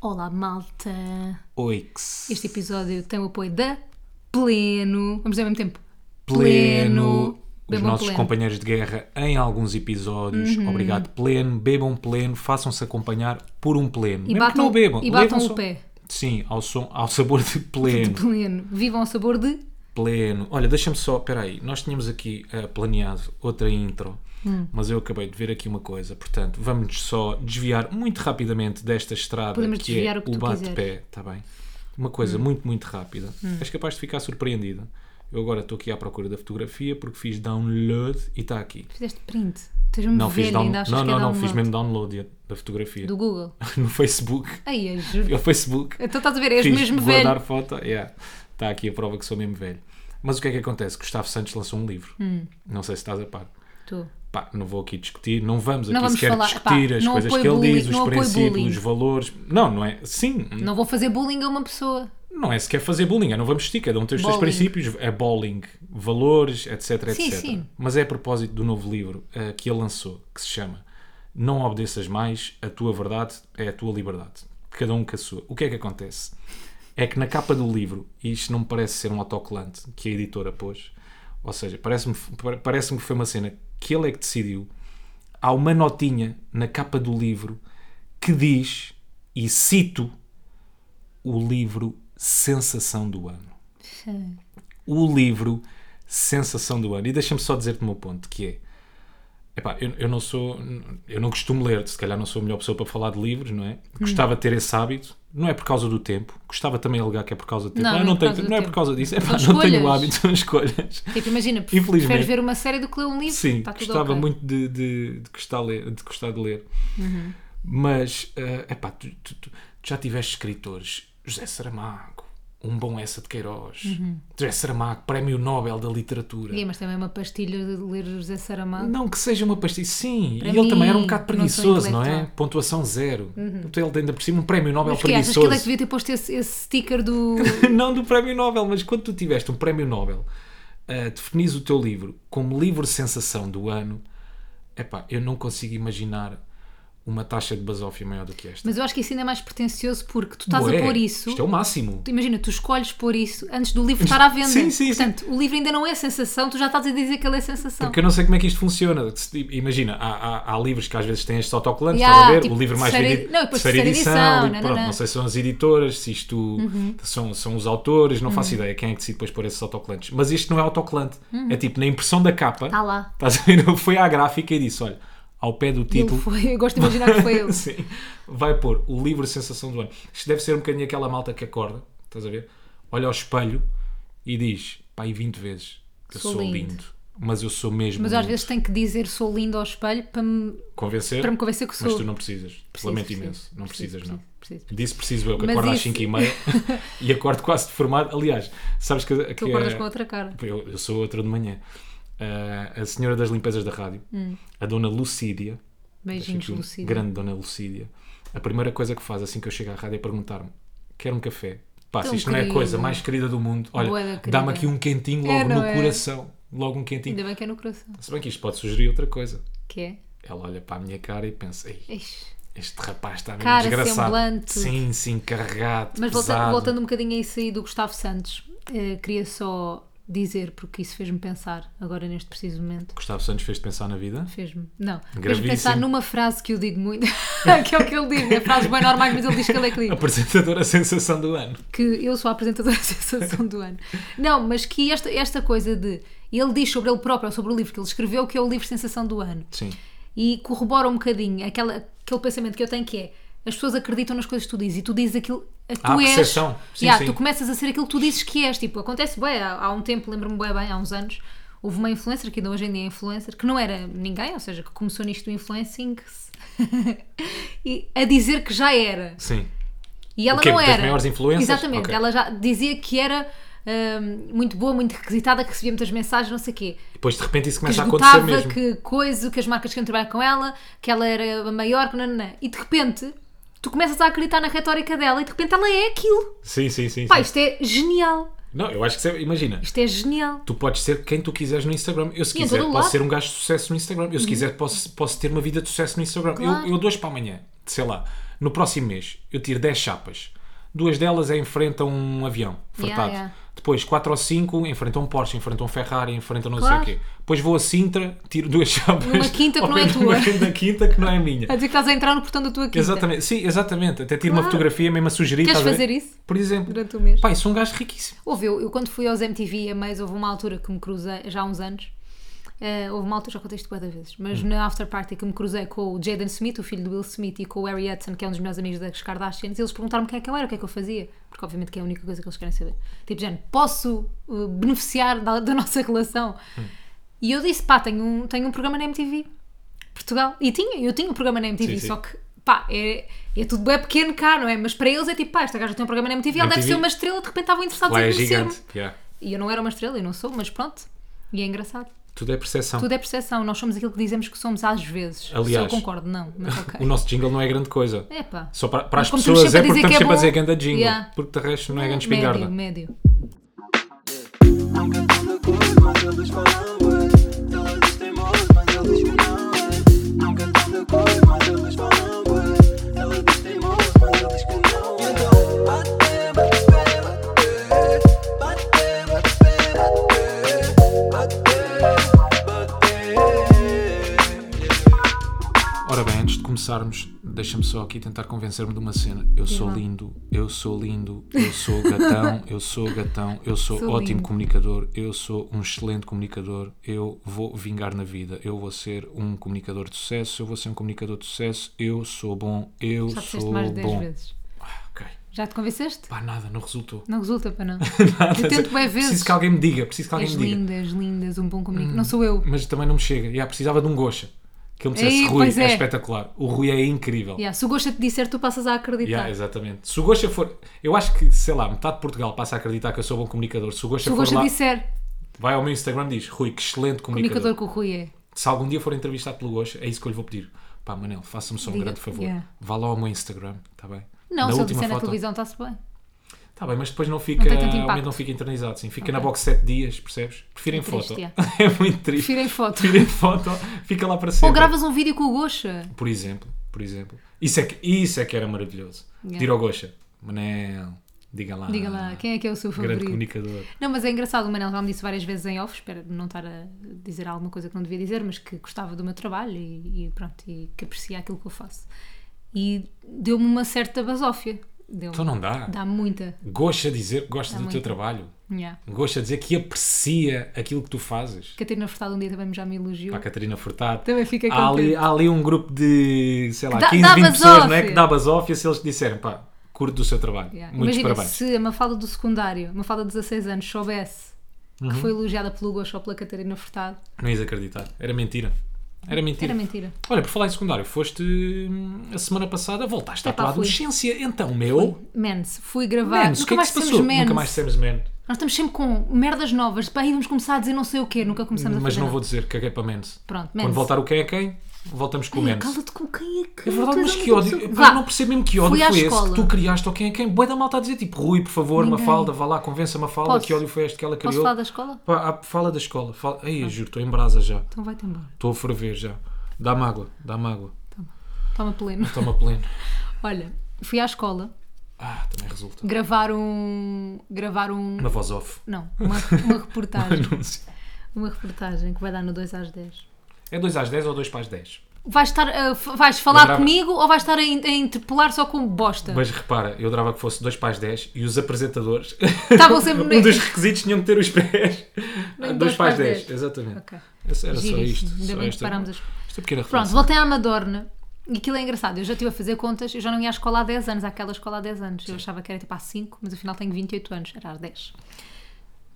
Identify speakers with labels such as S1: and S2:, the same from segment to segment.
S1: Olá, malta!
S2: Oix.
S1: Este episódio tem o apoio da Pleno. Vamos dizer ao mesmo tempo.
S2: Pleno. Os
S1: Bebam
S2: nossos
S1: pleno. Uhum.
S2: companheiros de guerra em alguns episódios. Obrigado, pleno. Bebam pleno. Façam-se acompanhar por um pleno.
S1: E
S2: Mesmo que
S1: batam,
S2: não bebam.
S1: e batam
S2: levam
S1: o
S2: só-
S1: pé.
S2: Sim, ao, som, ao sabor de
S1: De
S2: pleno.
S1: pleno. Vivam ao sabor de.
S2: Pleno. Olha, deixa-me só, espera aí. Nós tínhamos aqui eh, planeado outra intro,
S1: Hum.
S2: mas eu acabei de ver aqui uma coisa. Portanto, vamos só desviar muito rapidamente desta estrada
S1: Podemos
S2: que
S1: desviar
S2: é
S1: o que tu Hum.
S2: bate-pé, está bem? Uma coisa muito, muito rápida. És capaz de ficar surpreendida. Eu agora estou aqui à procura da fotografia porque fiz download e está aqui.
S1: Fizeste print. Estás mesmo
S2: Não
S1: velho
S2: fiz
S1: ainda
S2: download.
S1: achas
S2: Não,
S1: que é
S2: não, não,
S1: download.
S2: fiz mesmo download da fotografia.
S1: Do Google.
S2: No Facebook.
S1: Aí, eu juro.
S2: Ao Facebook.
S1: Então estás a ver, és
S2: Fiz
S1: mesmo
S2: guardar
S1: velho.
S2: foto, yeah. Está aqui a prova que sou mesmo velho. Mas o que é que acontece? Gustavo Santos lançou um livro.
S1: Hum.
S2: Não sei se estás a par.
S1: Tu.
S2: Pá, não vou aqui discutir, não vamos aqui
S1: Não vamos
S2: sequer
S1: falar,
S2: discutir
S1: pá,
S2: as
S1: não
S2: coisas que
S1: apoio
S2: ele
S1: bullying,
S2: diz, os
S1: não apoio
S2: princípios,
S1: bullying.
S2: os valores. Não, não é. Sim, não,
S1: Não vou fazer bullying a uma pessoa.
S2: é sequer fazer bullying, é não vamos discutir, cada um tem os seus
S1: Bowling.
S2: princípios, é bowling, valores, etc,
S1: Sim,
S2: etc.
S1: sim.
S2: Mas é a propósito do novo livro eh, que ele lançou, que se chama Não Obedeças Mais, a Tua Verdade é a Tua Liberdade. Cada um com a sua. O que é que acontece? É que na capa do livro, e isto não me parece ser um autocolante que a editora pôs, ou seja, parece-me parece que foi uma cena que ele é que decidiu. Há uma notinha na capa do livro que diz, e cito, o livro Sensação do Ano o livro sensação do ano. E deixa-me só dizer-te o meu ponto, que é... Epá, eu, eu não sou... Eu não costumo ler, se calhar não sou a melhor pessoa para falar de livros, não é?
S1: Hum.
S2: Gostava de ter esse hábito. Não é por causa do tempo. Gostava também de alegar que é por causa do tempo.
S1: Não,
S2: Ah,
S1: não é por
S2: tenho
S1: causa
S2: tempo.
S1: do
S2: não é
S1: tempo.
S2: por causa disso. Epá,
S1: São
S2: não tenho o
S1: escolhas.
S2: hábito, são escolhas.
S1: Tipo, imagina,
S2: Infelizmente.
S1: preferes ver uma série do que ler um livro?
S2: Sim,
S1: Tá tudo
S2: gostava
S1: ok.
S2: muito de, de, de gostar, ler- de gostar de ler.
S1: Uhum.
S2: Mas, eh, epá, tu, tu- tu- tu já tiveste escritores. José Saramago, um bom essa de Queiroz.
S1: Uhum.
S2: José Saramago, Prémio Nobel da Literatura.
S1: Sim, mas também é uma pastilha de ler José Saramago.
S2: Não que seja uma pastilha. Sim,
S1: é Para
S2: e ele também era um
S1: mim,
S2: bocado
S1: que não sou
S2: preguiçoso, não, é?
S1: intelectual. Uhum.
S2: Pontuação zero. Então ele ainda por cima um prémio Nobel
S1: Mas que achas que ele é que
S2: preguiçoso.
S1: devia ter posto esse, esse sticker do.
S2: não do prémio Nobel, mas quando tu tiveste um prémio Nobel, ah, definis o teu livro como livro sensação do ano, epá, eu não consigo imaginar uma taxa de basófia maior do que esta.
S1: Mas eu acho que isso ainda é mais pretencioso porque tu estás
S2: Bué,
S1: a pôr isso.
S2: Isto é o máximo.
S1: Tu Imagina, tu escolhes pôr isso antes do livro estar à venda.
S2: Sim, sim, sim.
S1: Portanto, o livro ainda não é sensação, tu já estás a dizer que ele é sensação.
S2: Porque eu não sei como é que isto funciona. Se- Imagina, há, há- há livros que às vezes têm estes autocolantes,
S1: Yeah,
S2: estás a ver?
S1: tipo,
S2: o livro mais
S1: terceira-
S2: vendido,
S1: não, depois terceira edição,
S2: livro-
S1: não, não,
S2: pronto,
S1: não. Uhum.
S2: não sei se são as editoras, se isto são, são os autores, não faço ideia quem é que decide depois pôr esses autocolantes. Mas isto não é autocolante, é tipo na impressão da capa,
S1: Está Uhum. Tá lá.
S2: estás a ver? Eu fui à gráfica e disse: olha, ao pé do
S1: Ele
S2: título.
S1: foi, eu gosto de imaginar que foi ele.
S2: é Sim. Vai pôr o livro Sensação do Ano. Isto deve ser um bocadinho aquela malta que acorda, estás a ver? Olha ao espelho e diz, pá, e 20 vezes, eu
S1: Sou
S2: sou,
S1: lindo.
S2: lindo. Mas eu sou mesmo
S1: Mas às
S2: lindo.
S1: vezes tenho que dizer sou lindo ao espelho para me,
S2: Convencer?
S1: para me convencer que sou.
S2: Mas tu não precisas.
S1: Preciso,
S2: Lamento
S1: preciso,
S2: imenso. não
S1: preciso,
S2: precisas, não.
S1: preciso, preciso.
S2: Disse preciso eu, que
S1: Mas
S2: acordo
S1: isso-
S2: às 5h30 e, acordo quase deformado. Aliás, sabes que. que
S1: Tu acordas
S2: é-
S1: com outra cara.
S2: eu, eu sou outra de manhã. Ah, a senhora das limpezas da rádio, a dona Lucídia,
S1: Hum. Beijinhos,
S2: Fico-
S1: Lucília.
S2: Grande Dona Lucídia. A primeira coisa que faz assim que eu chego à rádio é perguntar-me: quer um café? Pá, se
S1: Tão
S2: isto não é a
S1: querida.
S2: coisa mais querida do mundo,
S1: Bué da
S2: olha,
S1: querida.
S2: dá-me aqui um quentinho logo
S1: É, não
S2: no
S1: é?
S2: coração. Logo um quentinho.
S1: Ainda bem que é no coração.
S2: Se bem que isto pode sugerir outra coisa.
S1: Que é?
S2: Ela olha para a minha cara e pensa: Ei,
S1: Ixi.
S2: este rapaz está mesmo
S1: Cara
S2: desgraçado.
S1: semblante.
S2: Sim, sim, carregado.
S1: Mas volta-
S2: pesado.
S1: voltando, um bocadinho a isso aí do Gustavo Santos, eh, queria só dizer, porque isso fez-me pensar agora neste preciso momento.
S2: Gustavo Santos fez-te pensar na vida?
S1: Fez-me. Não. Fez-me
S2: Gravíssimo.
S1: pensar numa frase que eu digo muito, que é o que ele diz, é frases bem normais, mas ele diz que ele é que diz.
S2: Apresentadora sensação do ano.
S1: Que eu sou a apresentadora da sensação do ano. Não, mas que esta, esta coisa de. Ele diz sobre ele próprio, ou sobre o livro que ele escreveu, que é o livro Sensação do Ano.
S2: Sim.
S1: E corrobora um bocadinho aquela, aquele pensamento que eu tenho que é. As pessoas acreditam nas coisas que tu dizes e tu dizes aquilo. a
S2: Ah,
S1: tu és-
S2: percepção. Sim,
S1: Yeah,
S2: sim.
S1: Tu começas a ser aquilo que tu dizes que és. Tipo, acontece bem, há, há um tempo, lembro-me bem, bem, há uns anos, houve uma influencer, que ainda hoje em dia é influencer, que não era ninguém, ou seja, que começou nisto do influencing e a dizer que já era.
S2: Sim.
S1: E ela
S2: O quê?
S1: não
S2: Das
S1: era.
S2: maiores influencers?
S1: Exatamente.
S2: Ok.
S1: Ela já dizia que era hum, muito boa, muito requisitada, que recebia muitas mensagens, não sei o quê.
S2: E depois de repente isso
S1: Que
S2: começa a acontecer
S1: esgotava,
S2: mesmo.
S1: que coisa, que as marcas queriam trabalhar com ela, que ela era a maior, que nananã. E de repente, tu começas a acreditar na retórica dela e de repente ela é aquilo.
S2: Sim, sim, sim.
S1: Pá,
S2: sim.
S1: isto é genial.
S2: Não, eu acho que você... imagina.
S1: Isto é genial.
S2: Tu podes ser quem tu quiseres no Instagram. Eu, se
S1: E em
S2: quiser,
S1: todo o
S2: posso
S1: lado. Uhum.
S2: ser um gajo de sucesso no Instagram. Eu, se quiser, posso, posso ter uma vida de sucesso no Instagram.
S1: Claro.
S2: Eu, eu de hoje para amanhã, sei lá, No próximo mês, eu tiro 10 chapas. Duas delas é enfrentam um avião
S1: Yeah,
S2: fretado.
S1: yeah.
S2: Depois, 4 ou 5 enfrentam um Porsche, enfrentam um Ferrari, enfrentam não
S1: Claro.
S2: sei o quê. Depois vou a Sintra, tiro duas chapas.
S1: Numa quinta que
S2: ao
S1: não é
S2: pé de uma
S1: tua.
S2: Na quinta que não é minha.
S1: A dizer que estás a entrar no portão da tua quinta.
S2: Exatamente, sim, exatamente. Até tiro uma
S1: Claro.
S2: fotografia mesmo a sugerir.
S1: Queres
S2: estás a ver?
S1: fazer isso?
S2: Por exemplo.
S1: Durante o mês.
S2: Pá, isso é um gajo riquíssimo.
S1: Houve, eu, eu quando fui aos MTV a mais, houve uma altura que me cruzei, já há uns anos, eh, houve uma altura, já contei isto quatro vezes, mas
S2: Uhum.
S1: na after party que me cruzei com o Jaden Smith, o filho do Will Smith, e com o Harry Hudson, que é um dos meus amigos das Kardashians, e eles perguntaram-me quem é que eu era, o que é que eu fazia, porque obviamente que é a única coisa que eles querem saber. Tipo, género, posso eh, beneficiar da, da nossa relação?
S2: Hum.
S1: E eu disse, pá, tenho um, tenho um programa na MTV, Portugal, e tinha, eu tinha um programa na MTV,
S2: Sim, sim.
S1: só que, pá, é, é tudo bem pequeno cá, não é? Mas para eles é tipo, pá, esta gaja tem um programa na MTV, ela deve
S2: MTV.
S1: ser uma estrela, de repente estavam interessados
S2: Lá
S1: em
S2: é
S1: conhecer-me.
S2: gigante. yeah.
S1: E eu não era uma estrela, eu não sou, mas pronto. E é engraçado.
S2: Tudo é percepção.
S1: Tudo é percepção, nós somos aquilo que dizemos que somos às vezes. Se
S2: Aliás.
S1: eu concordo, não, mas
S2: O
S1: ok.
S2: nosso jingle não é grande coisa.
S1: Epá.
S2: Só para, para
S1: Mas
S2: as
S1: como estamos
S2: pessoas é
S1: sempre a
S2: porque
S1: dizer que
S2: estamos
S1: é
S2: sempre a dizer
S1: bom,
S2: ganda jingle.
S1: yeah.
S2: Porque de resto não é grande espingarda.
S1: Médio, médio.
S3: Nunca estou de acordo, mas eles falam bué. Ela diz teimoso, é. mas ele diz que não é. Nunca estou de acordo, mas eles falam bué. Ela diz teimoso, é. mas ele diz que não é. Então, bate, bate, bate, bate. Bate, é. bate, bate, bate.
S2: Ora bem, antes de começarmos, deixa-me só aqui tentar convencer-me de uma cena. Eu sou
S1: lá.
S2: lindo, eu sou lindo, eu sou gatão, eu sou gatão, eu sou,
S1: Sou
S2: ótimo
S1: lindo.
S2: comunicador, eu sou um excelente comunicador, eu vou vingar na vida, eu vou ser um comunicador de sucesso, eu vou ser um comunicador de sucesso, eu sou bom, eu
S1: Já disseste
S2: sou
S1: mais de 10
S2: bom.
S1: vezes.
S2: Ah, ok.
S1: Já te convenceste?
S2: Pá, nada, não resultou.
S1: Não resulta para não.
S2: Nada.
S1: Eu tento bué vezes.
S2: Preciso que alguém me diga, preciso que alguém
S1: És
S2: me diga. Hum.
S1: lindas, lindas, um bom comunicador. Não sou eu.
S2: Mas também não me chega. Já, precisava de um gocha. Que ele me dissesse
S1: Ei,
S2: Rui,
S1: pois
S2: é.
S1: é.
S2: espetacular. O Rui é incrível.
S1: Yeah, se o gosto te disser, tu passas a acreditar.
S2: Yeah, exatamente. Se o Gosha for. Eu acho que, sei lá, metade de Portugal passa a acreditar que eu sou bom comunicador. Se o Gosha
S1: se o
S2: for
S1: gosto
S2: lá,
S1: te disser,
S2: vai ao meu Instagram e diz: Rui, que excelente comunicador.
S1: comunicador que o Rui é.
S2: Se algum dia for entrevistado pelo Gosha, é isso que eu lhe vou pedir. Pá, Manel, faça-me só um
S1: Diga-
S2: grande favor.
S1: yeah.
S2: Vá lá ao meu Instagram, está bem?
S1: Não,
S2: na
S1: se ele
S2: última
S1: disser na
S2: foto.
S1: televisão, está-se bem.
S2: Está bem, mas depois não fica.
S1: tem tanto
S2: ao menos
S1: impacto.
S2: não fica internalizado, sim. Fica na box 7 dias, percebes? Prefiro
S1: É
S2: em foto.
S1: triste, yeah.
S2: É muito triste.
S1: Prefiro em foto.
S2: Prefiro em foto, fica lá para sempre.
S1: Ou gravas um vídeo com o Gosha.
S2: Por exemplo, por exemplo. Isso é que, isso é que era maravilhoso.
S1: Yeah.
S2: Tira o Gosha. Manel, diga lá.
S1: Diga lá, quem é que é o seu
S2: Ah. Grande
S1: favorito?
S2: comunicador.
S1: Não, mas é engraçado, o Manel já me disse várias vezes em off, espero não estar a dizer alguma coisa que não devia dizer, mas que gostava do meu trabalho e, e pronto, e que aprecia aquilo que eu faço. E deu-me uma certa basófia. Deu
S2: Então não dá.
S1: Dá muita.
S2: Gosta de dizer que gosta
S1: Dá
S2: do teu
S1: muito.
S2: trabalho.
S1: Yeah.
S2: Gosta de dizer que aprecia aquilo que tu fazes.
S1: Catarina Furtado um dia também já me elogiou.
S2: Para a Catarina Furtado.
S1: Também fiquei
S2: há ali,
S1: contente.
S2: há ali um grupo de, sei lá,
S1: Dá-
S2: 15,
S1: dá
S2: 20 pessoas, não é?
S1: basófia.
S2: Que dá basófia se eles te disserem, pá, curto do seu trabalho.
S1: Yeah.
S2: Muitos
S1: Imagina
S2: parabéns.
S1: se a Mafalda do secundário, uma Mafalda de 16 anos, soubesse
S2: Uhum.
S1: que foi elogiada pelo Gosha ou pela Catarina Furtado,
S2: Não ias acreditar. Era mentira. Era mentira.
S1: era mentira.
S2: Olha, por falar em secundário, foste hum, a semana passada, voltaste à
S1: Epá,
S2: tua
S1: fui.
S2: adolescência, então, meu.
S1: Mens, fui gravar.
S2: Menos, o
S1: nunca,
S2: que é que
S1: mais
S2: se passou?
S1: dissemos
S2: Nunca
S1: menos.
S2: mais dissemos man.
S1: Nós estamos sempre com merdas novas. Pá, aí vamos começar a dizer não sei o quê. Nunca começamos a
S2: Mas
S1: fazer.
S2: não
S1: nada.
S2: vou dizer, caguei para menos.
S1: Pronto,
S2: Quando
S1: menos.
S2: voltar o quem é quem, voltamos com o
S1: Ai,
S2: menos.
S1: Cala-te com quem é que.
S2: É verdade, mas que ódio. Epá,
S1: Vá,
S2: eu não percebo mesmo que ódio
S1: Fui à
S2: foi esse que
S1: escola.
S2: tu criaste ou quem é quem. Boa da malta a dizer tipo, Rui, por favor,
S1: Ninguém.
S2: Mafalda, vá lá, convença a Mafalda
S1: Posso?
S2: que ódio foi este que ela
S1: Posso
S2: criou.
S1: falar da Ah. escola?
S2: Pá, ah, fala da escola. Fala... Ai, eu juro, estou em brasa já.
S1: Então vai-te embora.
S2: Estou a ferver já. Dá-me água, dá-me água.
S1: Toma pleno.
S2: Toma pleno.
S1: Olha, fui à escola
S2: Ah, também resulta.
S1: gravar um. gravar um.
S2: Uma voz off.
S1: Não, uma, uma reportagem.
S2: Anúncio.
S1: uma reportagem que vai dar no 2 às 10.
S2: É 2 às 10 ou 2 para as 10?
S1: Vais, estar, a- f- vais falar
S2: grava-
S1: comigo ou vais estar a, in- a interpelar só com bosta?
S2: Mas repara, eu adorava que fosse 2 para as 10 e os apresentadores.
S1: Estavam sempre no-
S2: um dos requisitos tinham de ter os pés.
S1: Bem,
S2: 2
S1: dois
S2: para
S1: para
S2: as
S1: as
S2: 10,
S1: dez.
S2: exatamente.
S1: Ok.
S2: Essa Era só
S1: Giríssimo.
S2: isto.
S1: Ainda
S2: só
S1: bem que
S2: esta-
S1: parámos as-
S2: Esta pequena
S1: Pronto,
S2: referência.
S1: voltei à Madorna. E aquilo é engraçado, eu já estive a fazer contas, eu já não ia à escola há 10 anos, àquela escola há 10 anos. Eu achava que era tipo há 5, mas afinal tenho 28 anos, era às 10.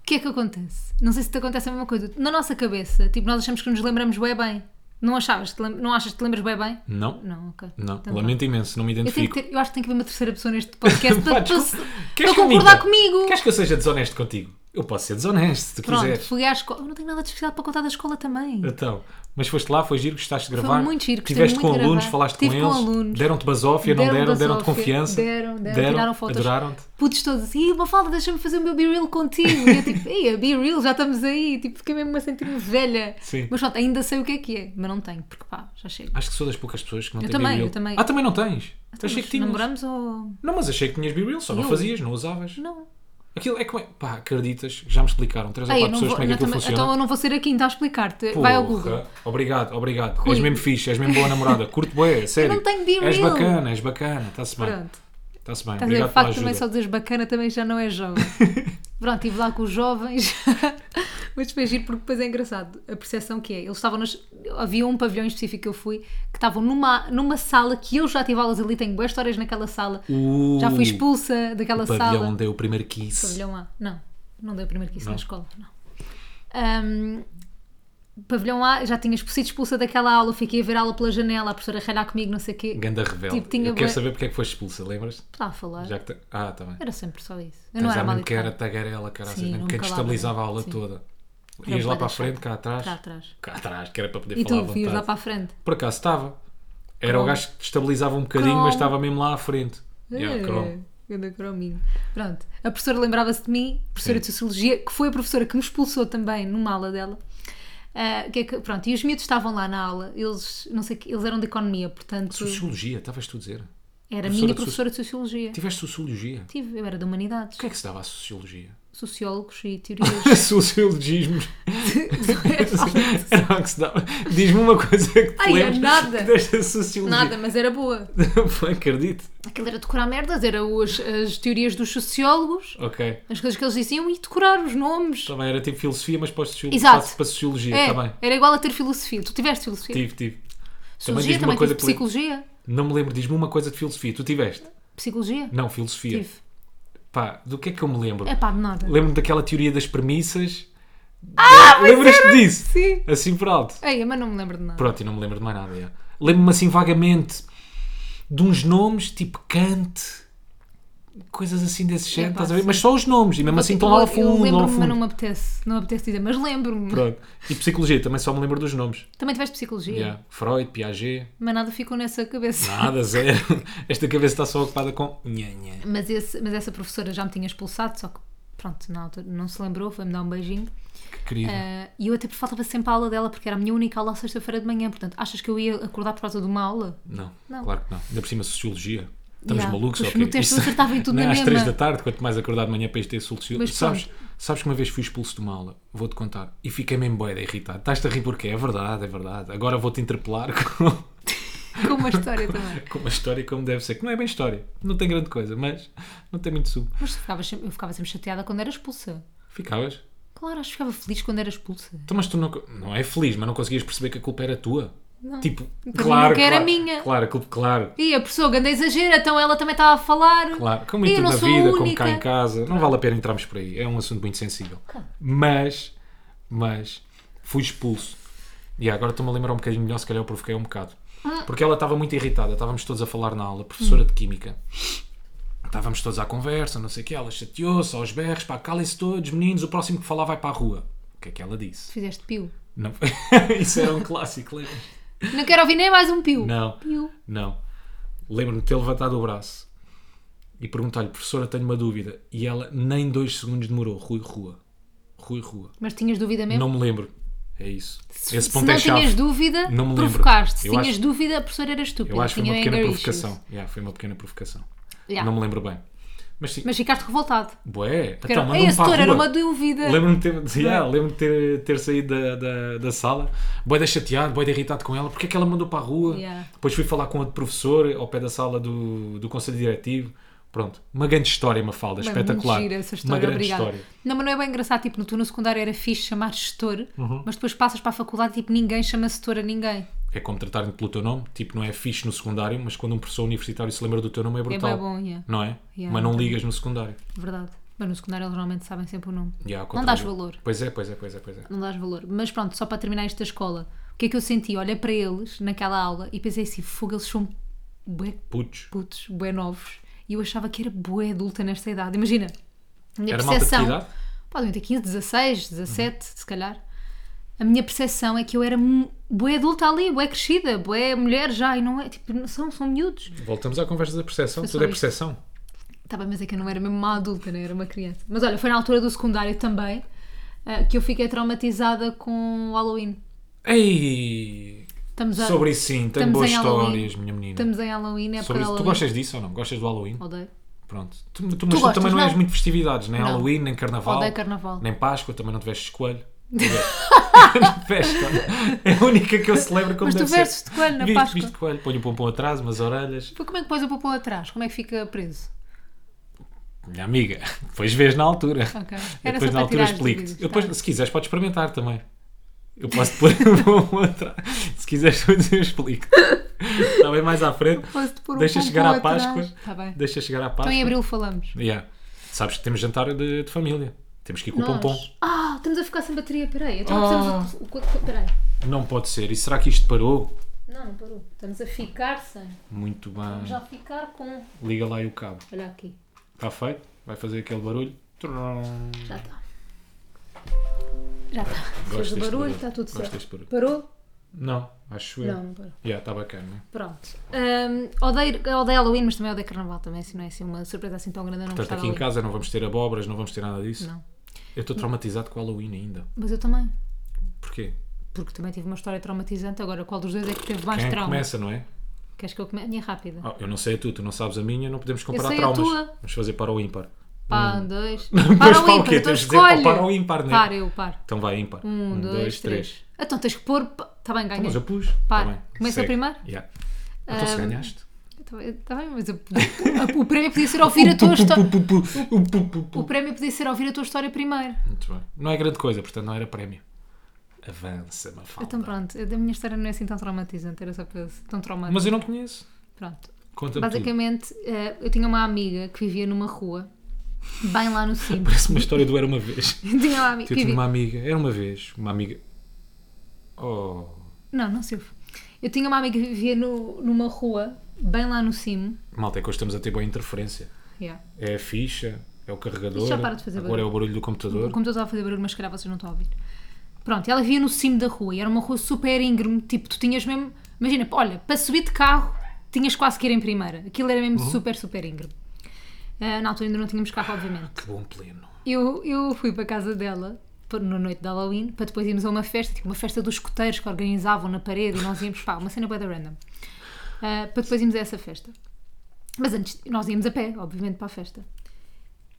S1: O que é que acontece? Não sei se te acontece a mesma coisa. Na nossa cabeça, tipo, nós achamos que nos lembramos bem bem. Não achavas? Te lem- Não achas que te lembras bem bem?
S2: Não, não,
S1: Não, ok. Então vá.
S2: lamento imenso, não me
S1: Eu, tenho
S2: identifico.
S1: que ter- eu acho que tem que haver uma terceira pessoa neste podcast
S2: Pá,
S1: para, para,
S2: desculpa.
S1: se-
S2: Queres
S1: para
S2: que eu
S1: concordar
S2: minta?
S1: comigo.
S2: Queres que eu seja desonesto contigo? Eu posso ser desonesto, se tu
S1: Pronto,
S2: quiseres.
S1: fui à escola. Eu não tenho nada de especial para contar da escola também.
S2: Então, mas foste lá, foi giro, gostaste de gravar.
S1: muito giro, gostei
S2: Tiveste
S1: muito
S2: com
S1: de
S2: alunos,
S1: gravar.
S2: falaste
S1: Tive
S2: com
S1: com
S2: eles.
S1: alunos.
S2: Deram-te basófia, não deram,
S1: da
S2: deram-te
S1: Sófia,
S2: confiança.
S1: Deram, deram, tiraram fotos.
S2: Adoraram-te.
S1: Putos todos assim, uma falda, deixa-me fazer o meu be real contigo. E eu tipo, ei, be real, já estamos aí. Tipo, fiquei mesmo a sentir-me velha.
S2: Sim.
S1: Mas pronto, ainda sei o que é que é, mas não tenho, porque pá, já chego.
S2: Acho que sou das poucas pessoas que não
S1: Eu
S2: têm
S1: também,
S2: B-Reel.
S1: eu também.
S2: Ah, também não tens? achei que
S1: Mas
S2: tinhas.
S1: Namoramos ou.
S2: Não, mas achei que tinhas B-Reel, só não
S1: Eu?
S2: fazias, não usavas.
S1: Não.
S2: Aquilo é como é. Pá, acreditas? Já me explicaram três ou
S1: Ei, eu
S2: quatro
S1: não
S2: pessoas
S1: vou,
S2: como é que
S1: não,
S2: aquilo
S1: também-
S2: funciona.
S1: então eu não vou ser aqui, está a explicar-te. Vai ao Google.
S2: Porra, Obrigado, obrigado.
S1: Rui.
S2: És mesmo fixe, és mesmo boa namorada. Curto bué, sério.
S1: não tenho B-Reel.
S2: És bacana, és bacana. Está-se bem.
S1: Pronto.
S2: Está-se bem.
S1: Estás a ver, o
S2: Obrigado pela
S1: facto também só
S2: ajuda.
S1: dizes bacana também já não é jovem. Pronto, estive lá com os jovens, mas foi giro porque depois é engraçado a percepção que é. Eles estavam nas. Havia um pavilhão em específico que eu fui que estavam numa, numa sala que eu já tive aulas ali, tenho boas histórias naquela sala.
S2: Uh,
S1: já fui expulsa daquela
S2: O
S1: sala.
S2: pavilhão deu o primeiro kiss.
S1: Pavilhão A. Não, não dei o primeiro que isso
S2: Não.
S1: na escola. Não. Ahm, pavilhão A, já tinha sido expulsa daquela aula, fiquei a ver a aula pela janela, a professora a ralhar comigo, não sei o quê.
S2: Ganda rebelde.
S1: Tipo, tinha
S2: Eu quero
S1: bué-
S2: saber porque é que foste expulsa, lembras?
S1: Está a falar.
S2: Já que te- Ah, está bem.
S1: Era sempre só isso. Eu não
S2: Tens
S1: era
S2: a
S1: mal
S2: mesmo que era
S1: educada.
S2: tagarela, cara,
S1: Sim,
S2: assim, mesmo
S1: não
S2: que
S1: me calava,
S2: destabilizava a aula
S1: sim.
S2: toda.
S1: Era
S2: Ias lá
S1: bué
S2: para a
S1: da
S2: frente,
S1: chata.
S2: cá atrás.
S1: Cá Tá atrás.
S2: Cá atrás, que era para poder
S1: E
S2: falar à
S1: tu vias lá
S2: vontade.
S1: para a frente.
S2: Por acaso estava. Era o
S1: Cromo.
S2: gajo que destabilizava um bocadinho,
S1: Cromo.
S2: mas estava mesmo lá à frente. Yeah,
S1: É,
S2: cromo.
S1: Ganda crominho. Pronto. A professora lembrava-se de mim, professora
S2: Sim.
S1: de Sociologia, que foi a professora que me expulsou também numa aula dela. Ah, que é que- pronto, e os miúdos estavam lá na aula, eles, não sei, que- eles eram de economia, portanto,
S2: Sociologia, estavas tu a dizer.
S1: era
S2: professora
S1: minha
S2: de
S1: professora de Sociologia.
S2: Tiveste sociologia.
S1: Tive, eu era de humanidades,
S2: O que é que se dava à sociologia?
S1: sociólogos e teorias. é?
S2: Sociologismos. Era o que se dava. Diz-me uma coisa que te
S1: Ai, é
S2: lembres
S1: nada.
S2: que desta sociologia.
S1: Nada, mas era boa.
S2: Não acredito.
S1: Aquilo era decorar merdas, era os, as teorias dos sociólogos,
S2: Ok.
S1: as coisas que eles diziam e decorar os nomes.
S2: Está bem, era tipo filosofia, mas para, sociolo...
S1: Exato.
S2: para- para sociologia,
S1: É,
S2: está bem.
S1: era igual a ter filosofia. Tu tiveste filosofia?
S2: Tive, tive.
S1: Sociologia
S2: diz-me
S1: também,
S2: uma coisa
S1: tive
S2: que lembro.
S1: psicologia.
S2: Não me lembro, diz-me uma coisa de filosofia. Tu tiveste?
S1: Psicologia?
S2: Não, filosofia.
S1: Tive.
S2: Pá, do que é que eu me lembro?
S1: É pá, de nada.
S2: Lembro-me daquela teoria das premissas. Ah, Lembras-te disso?
S1: Sim.
S2: Assim por alto.
S1: Ei, mas não me lembro de nada.
S2: Pronto, e não me lembro de mais nada. já. Lembro-me assim vagamente de uns nomes tipo Kant, coisas assim desse género,
S1: Epá,
S2: estás a ver?
S1: sim.
S2: Mas só os nomes, e mesmo assim estão lá ao
S1: tipo, Eu
S2: fundo, lá ao
S1: lembro-me, mas não
S2: fundo.
S1: me apetece. Não me apetece dizer, mas lembro-me.
S2: Pronto. E psicologia, também só me lembro dos nomes.
S1: Também tiveste psicologia.
S2: Já. Freud, Piaget,
S1: Mas nada ficou nessa cabeça.
S2: nada, zero. Esta cabeça está só ocupada com. Nha, nha.
S1: Mas, esse- mas essa professora já me tinha expulsado, só que pronto, na altura não se lembrou, foi-me dar um beijinho.
S2: Que querido.
S1: Ah, E eu até faltava sempre a aula dela, porque era a minha única aula à sexta-feira de manhã. Portanto, achas que eu ia acordar por causa de uma aula?
S2: Não,
S1: Não.
S2: claro que não. Ainda por cima, sociologia. Estamos
S1: Ya.
S2: malucos,
S1: Pois,
S2: ok?
S1: no teste eu acertava em tudo
S2: não é
S1: na
S2: às
S1: mesma.
S2: 3 da tarde, quanto mais acordar de manhã para isto ter sociologia.
S1: Mas
S2: Sabes, sabes que uma vez fui expulso de uma aula, vou-te contar, e fiquei mesmo boeda irritado. Estás-te a rir porque é verdade, é verdade. Agora vou-te interpelar com,
S1: Com uma história também.
S2: com uma história como deve ser, que não é bem história, não tem grande coisa, mas não tem muito sumo.
S1: Mas tu ficavas sempre- eu ficava sempre chateada quando era expulsa.
S2: Ficavas?
S1: Claro, acho que ficava feliz quando era expulsa.
S2: Então, mas tu não, co- não é feliz, mas não conseguias perceber que a culpa era tua.
S1: Não.
S2: Tipo,
S1: Porque
S2: claro,
S1: nunca era
S2: claro,
S1: minha.
S2: Claro, a culpa, claro.
S1: E a pessoa anda exagera, então ela também estava a falar.
S2: Claro, como
S1: E
S2: em
S1: eu
S2: tudo
S1: não
S2: na
S1: sou a
S2: vida, como cá
S1: única.
S2: em casa, não vale a pena entrarmos por aí, é um assunto muito sensível.
S1: Claro.
S2: Mas, mas, fui expulso. E agora estou-me a lembrar um bocadinho melhor, se calhar eu provoquei um bocado.
S1: Hum.
S2: Porque ela estava muito irritada, estávamos todos a falar na aula, professora de Química. Estávamos todos à conversa, não sei o que, ela chateou-se aos berros, pá, calem-se todos, meninos, o próximo que falar vai para a rua. O que é que ela disse?
S1: Fizeste pio.
S2: Não. Isso era um clássico, lembra?
S1: Não quero ouvir nem mais um pio.
S2: Não.
S1: Pio.
S2: Não. Lembro-me de ter levantado o braço e perguntar-lhe, professora, tenho uma dúvida. E ela nem dois segundos demorou. Rui Rua. Rui Rua.
S1: Mas tinhas dúvida mesmo?
S2: Não me lembro. É isso.
S1: Se-
S2: Esse
S1: se
S2: ponto
S1: não
S2: é chave.
S1: tinhas dúvida,
S2: Não me lembro.
S1: provocaste. Se
S2: Eu
S1: tinhas
S2: acho-
S1: dúvida, a professora era estúpida.
S2: Eu acho que foi
S1: tinha
S2: uma pequena
S1: anger
S2: provocação.
S1: issues.
S2: Yeah, foi uma pequena provocação.
S1: Yeah.
S2: Não me lembro bem. Mas sim.
S1: Mas ficaste revoltado.
S2: Bué.
S1: Porque
S2: Então,
S1: era,
S2: mandou-me
S1: Ei, a
S2: para a
S1: setora era
S2: rua."
S1: uma dúvida.
S2: Lembro-me de
S1: é?
S2: ter, yeah, lembro-me de ter, ter saído da, da, da sala, boeda chateado, boeda irritado com ela, porque é que ela me mandou para a rua.
S1: Yeah.
S2: Depois fui falar com outro professor ao pé da sala do, do Conselho Diretivo. Pronto, uma grande história, Mafalda,
S1: Bem,
S2: é espetacular.
S1: Muito gira essa história,
S2: uma grande
S1: obrigada.
S2: história.
S1: Não, mas não é bem engraçado, tipo, no- tu no secundário era fixe chamar gestor,
S2: Uhum.
S1: mas depois passas para a faculdade e tipo, ninguém chama setor a ninguém.
S2: É como tratar-me pelo teu nome, tipo, não é fixe no secundário, mas quando um professor universitário se lembra do teu nome é brutal.
S1: É bem bom, yeah.
S2: Não é?
S1: Yeah,
S2: mas não
S1: muito
S2: ligas no secundário.
S1: verdade. Mas no secundário eles normalmente sabem sempre o nome.
S2: Yeah, ao
S1: não
S2: contrário.
S1: dás valor.
S2: Pois é, pois é, pois é, pois é.
S1: não dás valor. Mas pronto, só para terminar esta escola, o que é que eu senti? Olhei para eles naquela aula e pensei assim: fogo, eles são bué
S2: Putz.
S1: putos, bué novos. E eu achava que era bué adulta nesta idade. Imagina, a minha
S2: Era malta de que
S1: percepção.
S2: idade? Uhum.
S1: podem ter 15, 16, 17, se calhar. A minha percepção é que eu era mu- bué adulta ali, bué crescida, bué mulher já, e não é, tipo, não são, são miúdos.
S2: Voltamos à conversa da percepção.
S1: Foi só
S2: Tudo é
S1: isto.
S2: percepção.
S1: Tá bem, mas é que eu não era mesmo uma adulta, né? era uma criança. Mas olha, foi na altura do secundário também ah, que eu fiquei traumatizada com o Halloween.
S2: Ei!
S1: Estamos a-
S2: Sobre isso sim, tenho
S1: estamos
S2: boas
S1: em Halloween.
S2: histórias, minha menina.
S1: Estamos em Halloween, é
S2: Sobre
S1: para
S2: isso.
S1: Halloween.
S2: Tu gostas disso ou não? Gostas do Halloween?
S1: Odeio.
S2: Pronto. Tu, tu- mas tu
S1: gostas,
S2: também não, és
S1: não?
S2: muito de festividades, nem
S1: Não.
S2: Halloween, nem Carnaval.
S1: Odeio Carnaval.
S2: Nem Páscoa, também não tiveste escolho. Não tiveste, olha. É a única que eu celebro como
S1: Mas tu
S2: deve ser.
S1: vestes de coelho na
S2: Viste-
S1: Páscoa.
S2: Viste de coelho, ponho o pompom atrás, umas orelhas.
S1: Pô, Como é que pões o popô atrás? Como é que fica preso?
S2: Minha amiga, depois vês na altura.
S1: Ok.
S2: Eu
S1: Era
S2: depois
S1: só
S2: na
S1: para
S2: altura
S1: tirar as
S2: explico-te.
S1: dúvidas,
S2: Eu depois,
S1: tá.
S2: Se quiseres, podes experimentar também. Eu posso pôr o pompom atrás. Se quiseres, depois eu explico. Está bem mais à frente.
S1: Posso-te pôr o
S2: Deixa
S1: pompom
S2: chegar à
S1: atrás.
S2: Páscoa.
S1: Tá bem.
S2: Deixa chegar à Páscoa.
S1: Então em abril falamos.
S2: Yeah. Sabes que temos jantar de, de família. Temos que ir com o
S1: Nós.
S2: pompom.
S1: Ah, estamos a ficar sem bateria, peraí. Então
S2: Ah.
S1: precisamos. de- o- o- Peraí.
S2: Não pode ser. E será que isto parou?
S1: Não, não parou. Estamos a ficar sem.
S2: Muito bem.
S1: Vamos já ficar com.
S2: Liga lá aí o cabo.
S1: Olha aqui.
S2: Está feito? Vai fazer aquele barulho? Trum.
S1: Já está. Já está. Fez
S2: Gosto
S1: o
S2: deste
S1: barulho,
S2: barulho.
S1: está tudo
S2: Gosto
S1: certo.
S2: deste barulho.
S1: Parou?
S2: Não, acho eu.
S1: Não, não parou.
S2: Yeah, está bacana. né?
S1: Pronto. Hum, odeio, odeio Halloween, mas também odeio Carnaval. Também assim, não é assim uma surpresa assim tão grande. eu Não
S2: Portanto,
S1: gostar
S2: aqui em
S1: de Halloween.
S2: casa não vamos ter abobras, não vamos ter nada disso.
S1: Não.
S2: Eu estou traumatizado com o Halloween ainda.
S1: Mas eu também.
S2: Porquê?
S1: Porque também tive uma história traumatizante. Agora, qual dos dois é que teve mais
S2: Quem é que
S1: trauma?
S2: começa, não é?
S1: Queres que eu comece? Minha rápida.
S2: Ah, eu não sei a tu, tu não sabes a minha, não podemos comparar
S1: sei a
S2: traumas.
S1: tua.
S2: Vamos fazer para o ímpar.
S1: Pá, um, dois.
S2: Mas
S1: Para o
S2: pá, hum. o
S1: ímpar,
S2: quê?
S1: então
S2: Temos de dizer para o
S1: escolhe.
S2: par ou ímpar, não é?
S1: Par, eu par.
S2: Então vai, ímpar.
S1: Um, dois, três. Então tens que pôr. Está bem, ganhei.
S2: Ah, Então, Mas eu pus.
S1: Par.
S2: Tá bem,
S1: Começa
S2: segue.
S1: primeiro? Um,
S2: Yeah. Então se
S1: Ahm,
S2: ganhaste.
S1: Está Tá bem, mas eu- o prémio podia ser ouvir a tua história.
S2: Pu, pu, pu, pu, pu, pu.
S1: O prémio podia ser ouvir a tua história primeiro.
S2: Muito bem. Não é grande coisa, portanto não era prémio. Avança,
S1: Então
S2: Mafalda.
S1: pronto, a minha história não é assim tão traumatizante, era só para eu- tão traumática.
S2: Mas eu não conheço.
S1: Pronto.
S2: Conta-me tudo.
S1: Basicamente, eh, eu tinha uma amiga que vivia numa rua, bem lá no cimo.
S2: Parece uma história do Era Uma Vez.
S1: tinha uma amiga.
S2: Eu
S1: que
S2: tinha
S1: vi-
S2: uma amiga, era uma vez, uma amiga... Oh,
S1: Não, não se ouve. Eu tinha uma amiga que vivia no- numa rua, bem lá no cimo.
S2: malta, é que hoje estamos a ter boa interferência.
S1: Yeah.
S2: É a ficha, é o carregador,
S1: Isto já para de fazer
S2: agora é
S1: barulho.
S2: o barulho do computador.
S1: Como eu estava a fazer barulho, mas se calhar vocês não estão a ouvir. Pronto, ela via no cimo da rua e era uma rua super íngreme, tipo, tu tinhas mesmo. Imagina, olha, para subir de carro tinhas quase que ir em primeira. Aquilo era mesmo super, super íngreme. Ah, na altura ainda não tínhamos carro, obviamente.
S2: Que bom pleno.
S1: Eu, eu fui para a casa dela por- na noite de Halloween para depois irmos a uma festa, tipo uma festa dos escuteiros que organizavam na parede e nós íamos, pá, uma cena bué da random. Ah, para depois irmos a essa festa. Mas antes, nós íamos a pé, obviamente, para a festa.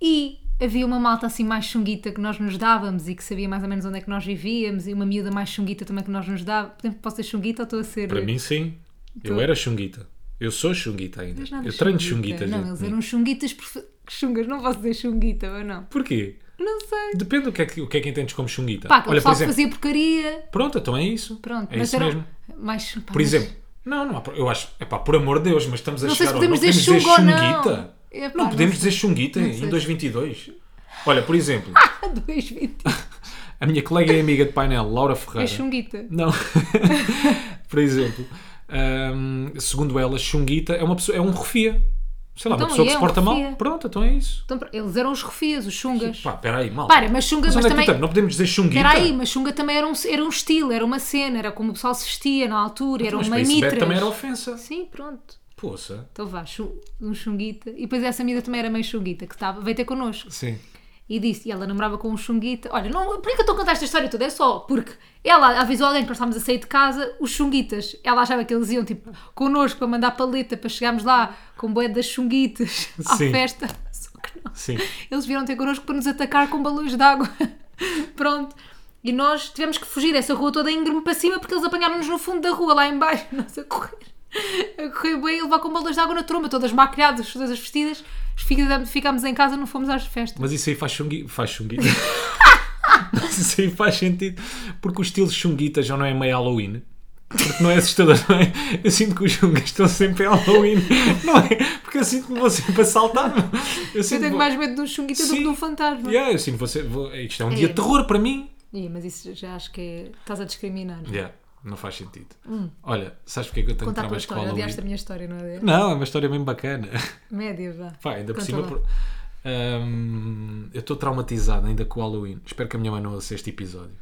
S1: E havia uma malta assim mais chunguita que nós nos dávamos e que sabia mais ou menos onde é que nós vivíamos e uma miúda mais chunguita também que nós nos dávamos. Por exemplo, posso ser chunguita ou estou a ser.
S2: Para mim, sim. Eu
S1: Tu-
S2: era chunguita. Eu sou chunguita ainda.
S1: Mas nada
S2: Eu treino
S1: chunguita.
S2: chunguita,
S1: Não,
S2: gente.
S1: eles é- eram chunguitas profe- chungas, não posso dizer chunguita ou não.
S2: Porquê?
S1: Não sei.
S2: Depende do que é que, o que, é que entendes como chunguita.
S1: Pá, aquele
S2: Olha, é. por
S1: pessoal que
S2: exemplo,
S1: fazia porcaria.
S2: pronto, então é isso.
S1: Pronto,
S2: é
S1: mas
S2: isso
S1: era
S2: mesmo.
S1: mais. pá,
S2: Por
S1: mas-
S2: exemplo, não, não há, pro- eu acho, é pá, por amor de Deus, mas estamos a
S1: Não sei
S2: chegar
S1: se
S2: ao-
S1: podemos dizer
S2: podemos
S1: chunga ou não.
S2: chunguita.
S1: É pá,
S2: não
S1: não
S2: podemos
S1: sei.
S2: dizer chunguita
S1: sei.
S2: em 2022. Olha, por exemplo,
S1: Dois vinte.
S2: a minha colega e amiga de painel, Laura
S1: É
S2: Ferreira.
S1: chunguita.
S2: Não. Por exemplo, hum, segundo ela, Xunguita é, uma pessoa, é um refia. Sei lá,
S1: Então,
S2: uma pessoa
S1: e
S2: que
S1: é
S2: se
S1: um
S2: porta
S1: refia.
S2: mal. Pronto, então é isso.
S1: Então, pr- eles eram os refias, os chungas.
S2: Pá, peraí, mal.
S1: Para, mas chunga,
S2: Mas
S1: mas
S2: onde é que tu
S1: também.
S2: estás? Não podemos dizer Xunguita?
S1: Espera aí, mas chunga também era um, era um estilo, era uma cena, era como o pessoal se vestia na altura, eram
S2: Então, Mas
S1: uma
S2: para isso, Beto
S1: mitra.
S2: também era ofensa.
S1: Sim, pronto.
S2: Poça.
S1: Então vá, chu- um chunguita. E depois essa amiga também era meio chunguita, que estava, veio ter connosco.
S2: Sim.
S1: E disse, e ela namorava com um chunguita. Olha, não, por que eu estou a contar esta história toda? É só porque ela avisou alguém que nós estávamos a sair de casa, os chunguitas. Ela achava que eles iam, tipo, connosco para mandar paleta, para chegarmos lá com boé das chunguitas à
S2: Sim.
S1: festa. Só que não.
S2: Sim.
S1: Eles vieram ter connosco para nos atacar com balões de água. Pronto. E nós tivemos que fugir essa rua toda íngreme para cima porque eles apanharam-nos no fundo da rua, lá em baixo. Nós a correr. A correr bem e levar com balões de água na tromba, todas maquilhadas, todas as vestidas. Fica- Ficámos em casa, não fomos às festas.
S2: Mas isso aí faz Xunguita. Faz Xunguita. Mas isso aí faz sentido. Porque o estilo Xunguita já não é meio Halloween. Porque não é assustador, não é? Eu sinto que os Xungas estão sempre em Halloween. Não é? Porque eu sinto que vou sempre assaltado. Eu, sinto
S1: Eu
S2: que
S1: tenho
S2: vou-
S1: mais medo de um chunguita do que
S2: Tipo, Sim.
S1: de um fantasma.
S2: Yeah, eu sinto você. vou- Isto é um
S1: É.
S2: dia de terror para mim.
S1: Ih, mas isso já acho que é, estás a discriminar.
S2: Yeah, não faz sentido. Olha, sabes porque é que eu tenho
S1: Hum. Conta a tua
S2: traumas com
S1: história,
S2: Halloween?
S1: odiaste a minha história, não é?
S2: Não, é uma história bem bacana.
S1: Média, vá.
S2: Pá, ainda por
S1: Conta
S2: cima.
S1: lá.
S2: por- Hum, eu estou traumatizado ainda com o Halloween. Espero que a minha mãe não ouça este episódio.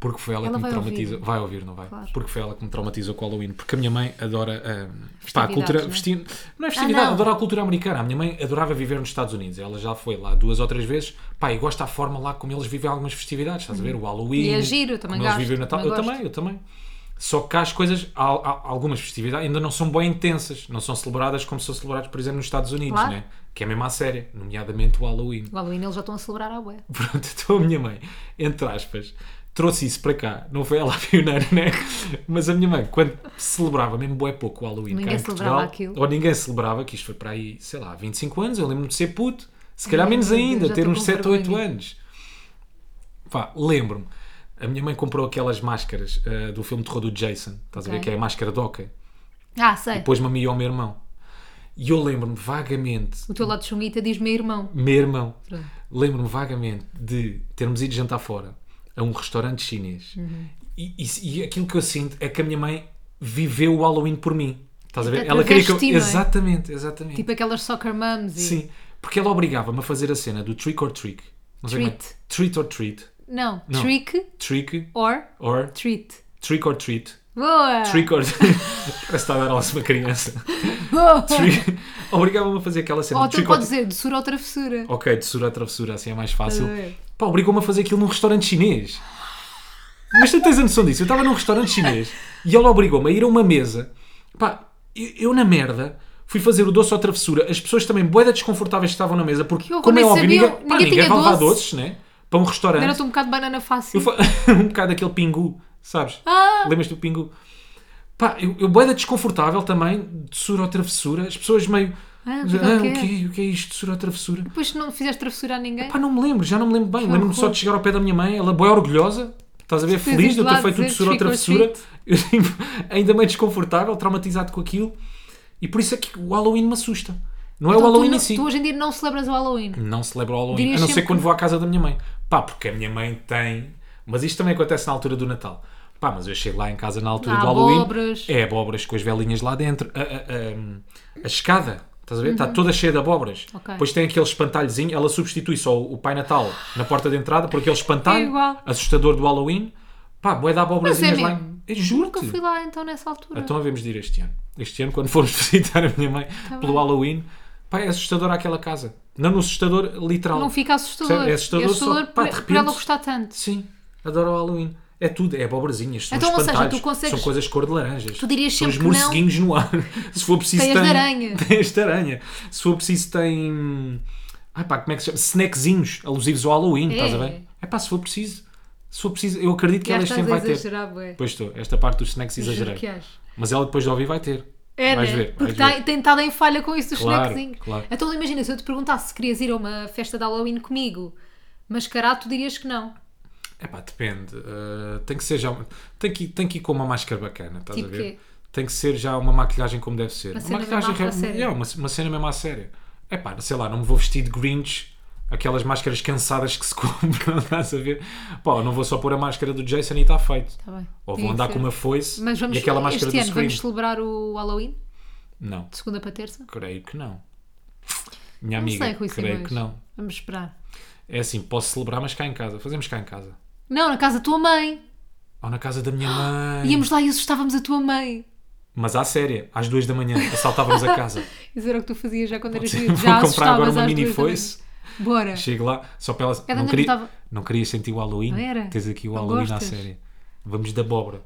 S2: Porque foi ela,
S1: Ela
S2: que me
S1: vai ouvir.
S2: traumatizou. Vai ouvir, não vai?
S1: Claro.
S2: Porque foi ela que me traumatizou com o Halloween. Porque a minha mãe adora. hum, pá, a
S1: Festividades,
S2: cultura.
S1: né?
S2: Vesti... Não é festividade,
S1: não.
S2: adora a cultura americana. A minha mãe adorava viver nos Estados Unidos. Ela já foi lá duas ou três vezes. Pá, e gosta da forma lá como eles vivem algumas festividades. Estás a ver? O Halloween.
S1: E é giro, eu também
S2: como
S1: gosto,
S2: Eles vivem o Natal.
S1: também
S2: eu
S1: gosto.
S2: também, eu também. Só que cá as coisas, há- há- algumas festividades ainda não são bem intensas, não são celebradas como são celebradas, por exemplo, nos Estados Unidos,
S1: Claro.
S2: né? que é mesmo à séria, nomeadamente o Halloween.
S1: O Halloween eles já estão a celebrar a ué.
S2: Pronto, então a minha mãe, entre aspas, trouxe isso para cá, não foi ela a pioneira, né? Mas a minha mãe, quando celebrava mesmo bué pouco o Halloween, cá
S1: Ninguém
S2: em
S1: celebrava
S2: Portugal,
S1: aquilo.
S2: ou ninguém celebrava, que isto foi para aí, sei lá, 25 anos, eu lembro-me de ser puto, se calhar menos
S1: Meu Deus,
S2: ainda,
S1: já um
S2: ter
S1: estou
S2: uns
S1: com
S2: 7 ou 8
S1: vergonha.
S2: anos. Pá, lembro-me, a minha mãe comprou aquelas máscaras ah, do filme de terror do Jason, estás a ver,
S1: Ok.
S2: que é a máscara doca,
S1: Ah, sei.
S2: pôs-me a mim e ao meu irmão. E eu lembro-me vagamente
S1: O teu lado de chunguita diz meu irmão.
S2: meu irmão,
S1: Pronto.
S2: lembro-me vagamente de termos ido jantar fora a um restaurante chinês
S1: Uhum.
S2: e, e- e aquilo que eu sinto é que a minha mãe viveu o Halloween por mim. Estás a ver?
S1: Até
S2: Ela queria que eu.
S1: através de ti, não é?
S2: Exatamente, exatamente.
S1: Tipo assim. aquelas soccer mums e...
S2: Sim, porque ela obrigava-me a fazer a cena do trick or trick. Não sei como é.
S1: Treat.
S2: Treat or treat.
S1: Não,
S2: Não.
S1: trick
S2: Trick
S1: or
S2: or.
S1: treat.
S2: Trick or treat.
S1: Boa!
S2: Trick or.
S1: Ah.
S2: Parece que está a dar aulas a uma criança.
S1: Boa!
S2: Trick- Obrigava-me a fazer aquela cena
S1: Ou
S2: do
S1: tu
S2: trick or
S1: podes dizer doçura ou travessura.
S2: Ok, doçura a travessura, assim é mais fácil.
S1: Estás a ver?
S2: Pá, obrigou-me a fazer aquilo num restaurante chinês. Mas tu tens a noção disso? Eu estava num restaurante chinês e ela obrigou-me a ir a uma mesa. Pá, eu, eu na merda fui fazer o doce ou travessura. As pessoas também boeda desconfortáveis que estavam na mesa porque,
S1: Que horror,
S2: como é
S1: nem
S2: óbvio,
S1: sabiam,
S2: ninguém, pá,
S1: ninguém
S2: ninguém,
S1: tinha
S2: vai levar
S1: doce.
S2: doces, né? Para um restaurante.
S1: Era-te um bocado de banana fácil.
S2: Eu fa- um bocado daquele pingu, sabes?
S1: Ah!
S2: Lembras do pingu? Pá, eu, eu boeda desconfortável também, de sura ou travessura. As pessoas meio.
S1: Ah,
S2: Ah,
S1: o que é que
S2: o,
S1: é?
S2: que é, o que é isto, de sura ou travessura?
S1: Depois não fizeste travessura a ninguém.
S2: Pá, não me lembro, já não me lembro bem. Lembro-me só
S1: Né? horror.
S2: de chegar ao pé da minha mãe, ela boa orgulhosa, estás a ver,
S1: Fez
S2: feliz de eu
S1: isolado,
S2: ter feito
S1: dizer
S2: doçura ou
S1: trick or
S2: travessura. Eu, tipo, ainda meio desconfortável, traumatizado com aquilo. E por isso é que o Halloween me assusta. Não é
S1: Então
S2: o Halloween
S1: tu,
S2: em si.
S1: tu hoje em dia não celebras o Halloween.
S2: Não celebro o Halloween,
S1: Dirias
S2: a não ser
S1: sempre
S2: quando
S1: que-
S2: vou à casa da minha mãe. Pá, porque a minha mãe tem. Mas isto também acontece na altura do Natal. Pá, mas eu chego lá em casa na altura
S1: Há
S2: do Halloween.
S1: abóboras.
S2: É abóboras com as velhinhas lá dentro. A, a- a- a escada, estás a ver? Está toda cheia de abóboras.
S1: Uhum. Ok.
S2: Depois tem aquele espantalhozinho. Ela substitui só o Pai Natal na porta de entrada por aquele
S1: É
S2: espantalho
S1: igual.
S2: assustador do Halloween. Pá, boé de abobrazinhas
S1: Mas é
S2: lá.
S1: mesmo?
S2: Eu juro-te.
S1: Nunca fui lá então nessa altura.
S2: Então havemos de ir este ano. Este ano, quando formos visitar a minha mãe pelo
S1: Tá bem.
S2: Halloween, pá, é assustador aquela casa. Não no assustador literal.
S1: Não fica assustador.
S2: É assustador só- pá,
S1: por,
S2: de
S1: por
S2: repente-
S1: ela gostar tanto.
S2: Sim, adoro o Halloween. É tudo, é abobrazinhas, são
S1: Então, ou seja,
S2: espantalhos,
S1: tu consegues-
S2: são coisas de cor de laranjas.
S1: Tu dirias
S2: são os
S1: sempre que não.
S2: morceguinhos no ar. Se for preciso
S1: Teias
S2: tem...
S1: de aranha.
S2: Teias de aranha. Se for preciso tem... Ai pá, como é que se chama? Snackzinhos alusivos ao Halloween,
S1: É.
S2: estás a ver? É pá, se for preciso... Se for preciso, eu acredito que
S1: Já
S2: ela este
S1: estás
S2: ano vai
S1: a
S2: ter.
S1: exagerar, bué.
S2: Pois estou, esta parte dos snacks
S1: Juro
S2: exagerei.
S1: que és.
S2: Mas ela depois de ouvir vai ter.
S1: É,
S2: vais
S1: né?
S2: ver.
S1: Porque
S2: vais
S1: tá- tem estado em falha com isso dos
S2: Claro,
S1: snackzinhos.
S2: claro.
S1: Então imagina, se eu te perguntasse se querias ir a uma festa de Halloween comigo, mascarado, tu dirias que não.
S2: É pá, depende. Uh, tem que ser já. Tem que, tem que ir com uma máscara bacana, estás
S1: Tipo
S2: a ver?
S1: quê?
S2: Tem que ser já uma maquilhagem como deve ser.
S1: Uma cena
S2: maquilhagem
S1: mesmo à
S2: re-
S1: séria.
S2: é, uma, uma cena mesmo à séria. É pá, sei lá, não me vou vestir de Grinch, aquelas máscaras cansadas que se compram, estás a ver? Pá, eu não vou só pôr a máscara do Jason e está feito.
S1: Tá bem.
S2: Ou vou
S1: Tinha que
S2: andar
S1: ser.
S2: com uma foice
S1: Mas vamos
S2: e aquela máscara
S1: este
S2: do
S1: ano
S2: Scream.
S1: vamos celebrar o Halloween,
S2: Não,
S1: de segunda para terça?
S2: creio que não. Minha
S1: Não
S2: amiga,
S1: sei, Rui
S2: creio
S1: Simões.
S2: que não.
S1: Vamos esperar.
S2: É assim, posso celebrar, mas cá em casa. Fazemos cá em casa.
S1: Não, na casa da tua mãe.
S2: Ou na casa da minha mãe.
S1: Ah, Íamos lá e assustávamos a tua mãe.
S2: Mas à séria, às duas da manhã, assaltávamos a casa.
S1: Isso era o que tu fazias já quando eras
S2: Vou
S1: miúdo. Já
S2: comprar agora
S1: assustavas
S2: uma
S1: às
S2: mini
S1: duas da
S2: foice.
S1: manhã. Bora.
S2: Chego lá, só para ela.
S1: Ela
S2: não,
S1: ainda
S2: queria,
S1: não tava-
S2: não queria sentir o Halloween.
S1: Não Ah, era?
S2: Tens aqui o
S1: Não
S2: Halloween
S1: gostas?
S2: à séria. Vamos de abóbora.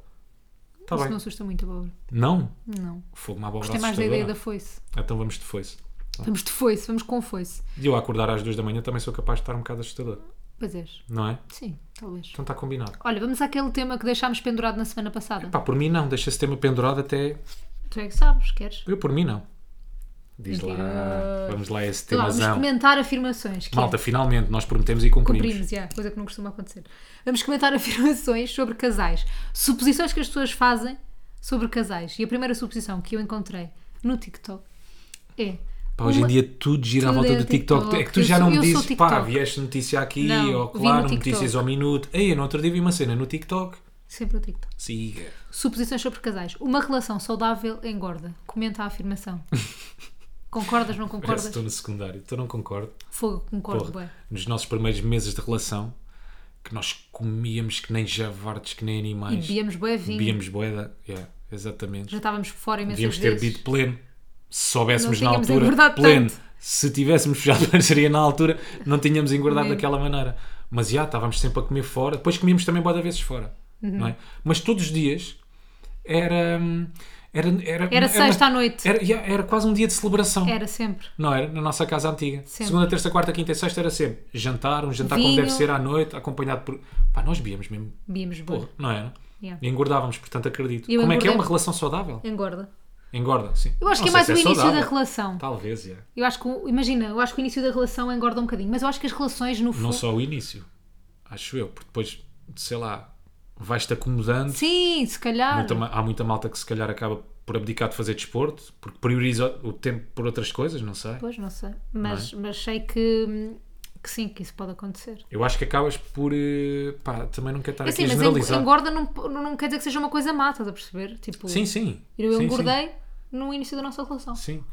S2: Está
S1: Isso
S2: tá bem.
S1: não assusta muito, pobre.
S2: Não?
S1: Não.
S2: Fogo, uma abóbora
S1: Gostei mais da
S2: assustadora.
S1: ideia da foice.
S2: Então vamos de foice.
S1: Vamos de foice, vamos com foice.
S2: E eu a acordar às duas da manhã também sou capaz de estar um bocado assustador.
S1: Pois é.
S2: Não é?
S1: Sim, talvez.
S2: Então está combinado.
S1: Olha, vamos àquele tema que deixámos pendurado na semana passada.
S2: Pá, por mim não. Deixa esse tema pendurado até...
S1: Tu é que sabes, queres?
S2: Eu por mim não. Diz lá.
S1: Mentira.
S2: Vamos lá a esse
S1: Sei lá, vamos
S2: temazão.
S1: comentar afirmações. Que é-
S2: Malta, finalmente. Nós prometemos e cumprimos.
S1: Cumprimos, yeah, coisa que não costuma acontecer. Vamos comentar afirmações sobre casais. Suposições que as pessoas fazem sobre casais. E a primeira suposição que eu encontrei no TikTok é.
S2: Pá, hoje
S1: uma-
S2: em dia tudo gira à
S1: Tudo
S2: volta
S1: é
S2: do
S1: o
S2: TikTok.
S1: TikTok.
S2: É que tu
S1: Eu
S2: já
S1: sou-
S2: não me
S1: eu sou
S2: dizes, pá,
S1: TikTok.
S2: vieste notícia aqui,
S1: Não,
S2: ou
S1: vi
S2: claro,
S1: no TikTok.
S2: notícias ao minuto. Ei, eu no outro dia vi uma cena no TikTok.
S1: Sempre o TikTok.
S2: Siga.
S1: Suposições sobre casais. Uma relação saudável engorda. Comenta a afirmação. Concordas, não
S2: Parece que
S1: concordas?
S2: estou no secundário. Então não concordo.
S1: Fogo, concordo,
S2: Porra,
S1: bué.
S2: nos nossos primeiros meses de relação, que nós comíamos que nem javardes, que nem
S1: E
S2: animais.
S1: bebíamos bué vinho.
S2: Bebíamos boeda. Yeah, exatamente.
S1: Já estávamos fora imensas
S2: Devíamos ter
S1: vezes.
S2: bebido pleno. Se soubéssemos
S1: Não
S2: na
S1: tínhamos
S2: altura,
S1: engordado
S2: pleno.
S1: tanto.
S2: Se tivéssemos fechado a parceria na altura, não tínhamos engordado
S1: Mesmo.
S2: daquela maneira. Mas já, estávamos sempre a comer fora. Depois comíamos também boa vezes fora.
S1: Uhum.
S2: Não é? Mas todos os dias era. Era, era,
S1: Era sexta à noite.
S2: Era, já, era quase um dia de celebração.
S1: Era sempre.
S2: Não era? Na nossa casa antiga.
S1: Sempre.
S2: Segunda, terça, quarta, quinta e sexta era sempre jantar, um jantar como
S1: Vinho.
S2: deve ser à noite, acompanhado por. Pá, nós bebíamos mesmo.
S1: Bebíamos bué.
S2: Porra, não era?
S1: Yeah.
S2: E engordávamos, portanto acredito.
S1: Eu
S2: como é que é
S1: engordei-
S2: uma relação saudável?
S1: Engorda.
S2: Engorda, sim.
S1: Eu acho
S2: Não
S1: que é
S2: sei
S1: mais o
S2: se
S1: início
S2: saudável.
S1: da relação.
S2: Talvez, é.
S1: Eu acho que, o- imagina, eu acho que o início da relação engorda um bocadinho, mas eu acho que as relações no
S2: Não
S1: fundo.
S2: só o início, acho eu, porque depois, sei lá, vais-te acomodando.
S1: Sim, se calhar.
S2: Muita ma- há muita malta que se calhar acaba por abdicar de fazer desporto, porque prioriza o tempo por outras coisas, não é? sei.
S1: Pois, não sei. Mas, mas sei que, que sim, que isso pode acontecer.
S2: Eu acho que acabas por. eh, Pá, também não quero estar
S1: Assim,
S2: aqui a
S1: mas
S2: generalizar.
S1: en- engorda não, não não quer dizer que seja uma coisa má, estás a perceber? Tipo,
S2: Sim, sim.
S1: eu
S2: Sim, sim.
S1: engordei no início da nossa relação.
S2: Sim.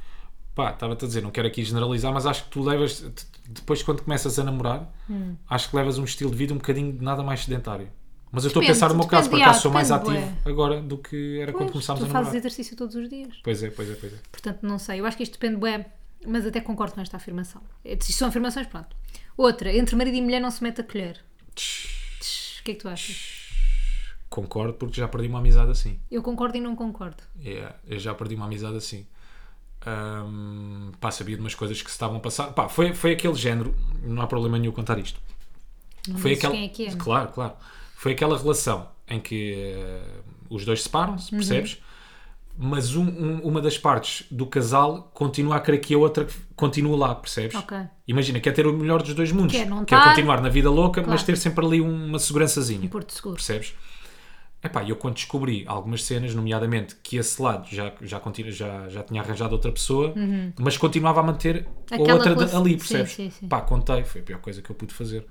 S2: Pá, estava-te a dizer, não quero aqui generalizar, mas acho que tu levas, t- t- depois quando começas a namorar,
S1: Hum.
S2: acho que levas um estilo de vida um bocadinho de nada mais sedentário. Mas eu estou a
S1: Depende,
S2: pensar no meu caso, por
S1: depende,
S2: acaso
S1: ah,
S2: sou mais
S1: depende,
S2: ativo agora do que era é
S1: Pois,
S2: quando começámos
S1: tu
S2: a namorar.
S1: fazes exercício todos os dias.
S2: Pois é, pois é, pois é.
S1: Portanto, não sei. Eu acho que isto depende, bué, mas até concordo com esta afirmação. Isto são afirmações, pronto. Outra, entre marido e mulher não se mete a colher.
S2: Tch,
S1: Tch, O que é que tu achas?
S2: Concordo porque já perdi uma amizade assim.
S1: Eu concordo e não concordo.
S2: Yeah, eu já perdi uma amizade assim. Ahm, pá, sabia de umas coisas que se estavam a passar. Pá, foi, foi aquele género, não há problema nenhum contar isto.
S1: Não
S2: foi
S1: dizes
S2: aquela
S1: quem é que é.
S2: claro claro foi aquela relação em que eh, os dois
S1: Uhum.
S2: separam-se percebes mas um- um- uma das partes do casal continua a querer que a outra continue lá percebes
S1: Ok.
S2: imagina quer ter o melhor dos dois mundos
S1: Quer não
S2: quer
S1: estar.
S2: continuar na vida louca mas
S1: Claro.
S2: ter sempre ali uma segurançazinha
S1: Porto Seguro.
S2: percebes Epá, eu quando descobri algumas cenas, nomeadamente que esse lado já, já, continua, já, já tinha arranjado outra pessoa, mas continuava a manter
S1: Uhum. Aquela
S2: a outra
S1: relação-
S2: ali,
S1: sim,
S2: percebes?
S1: sim, sim.
S2: Pá, contei, foi a pior coisa que eu pude fazer.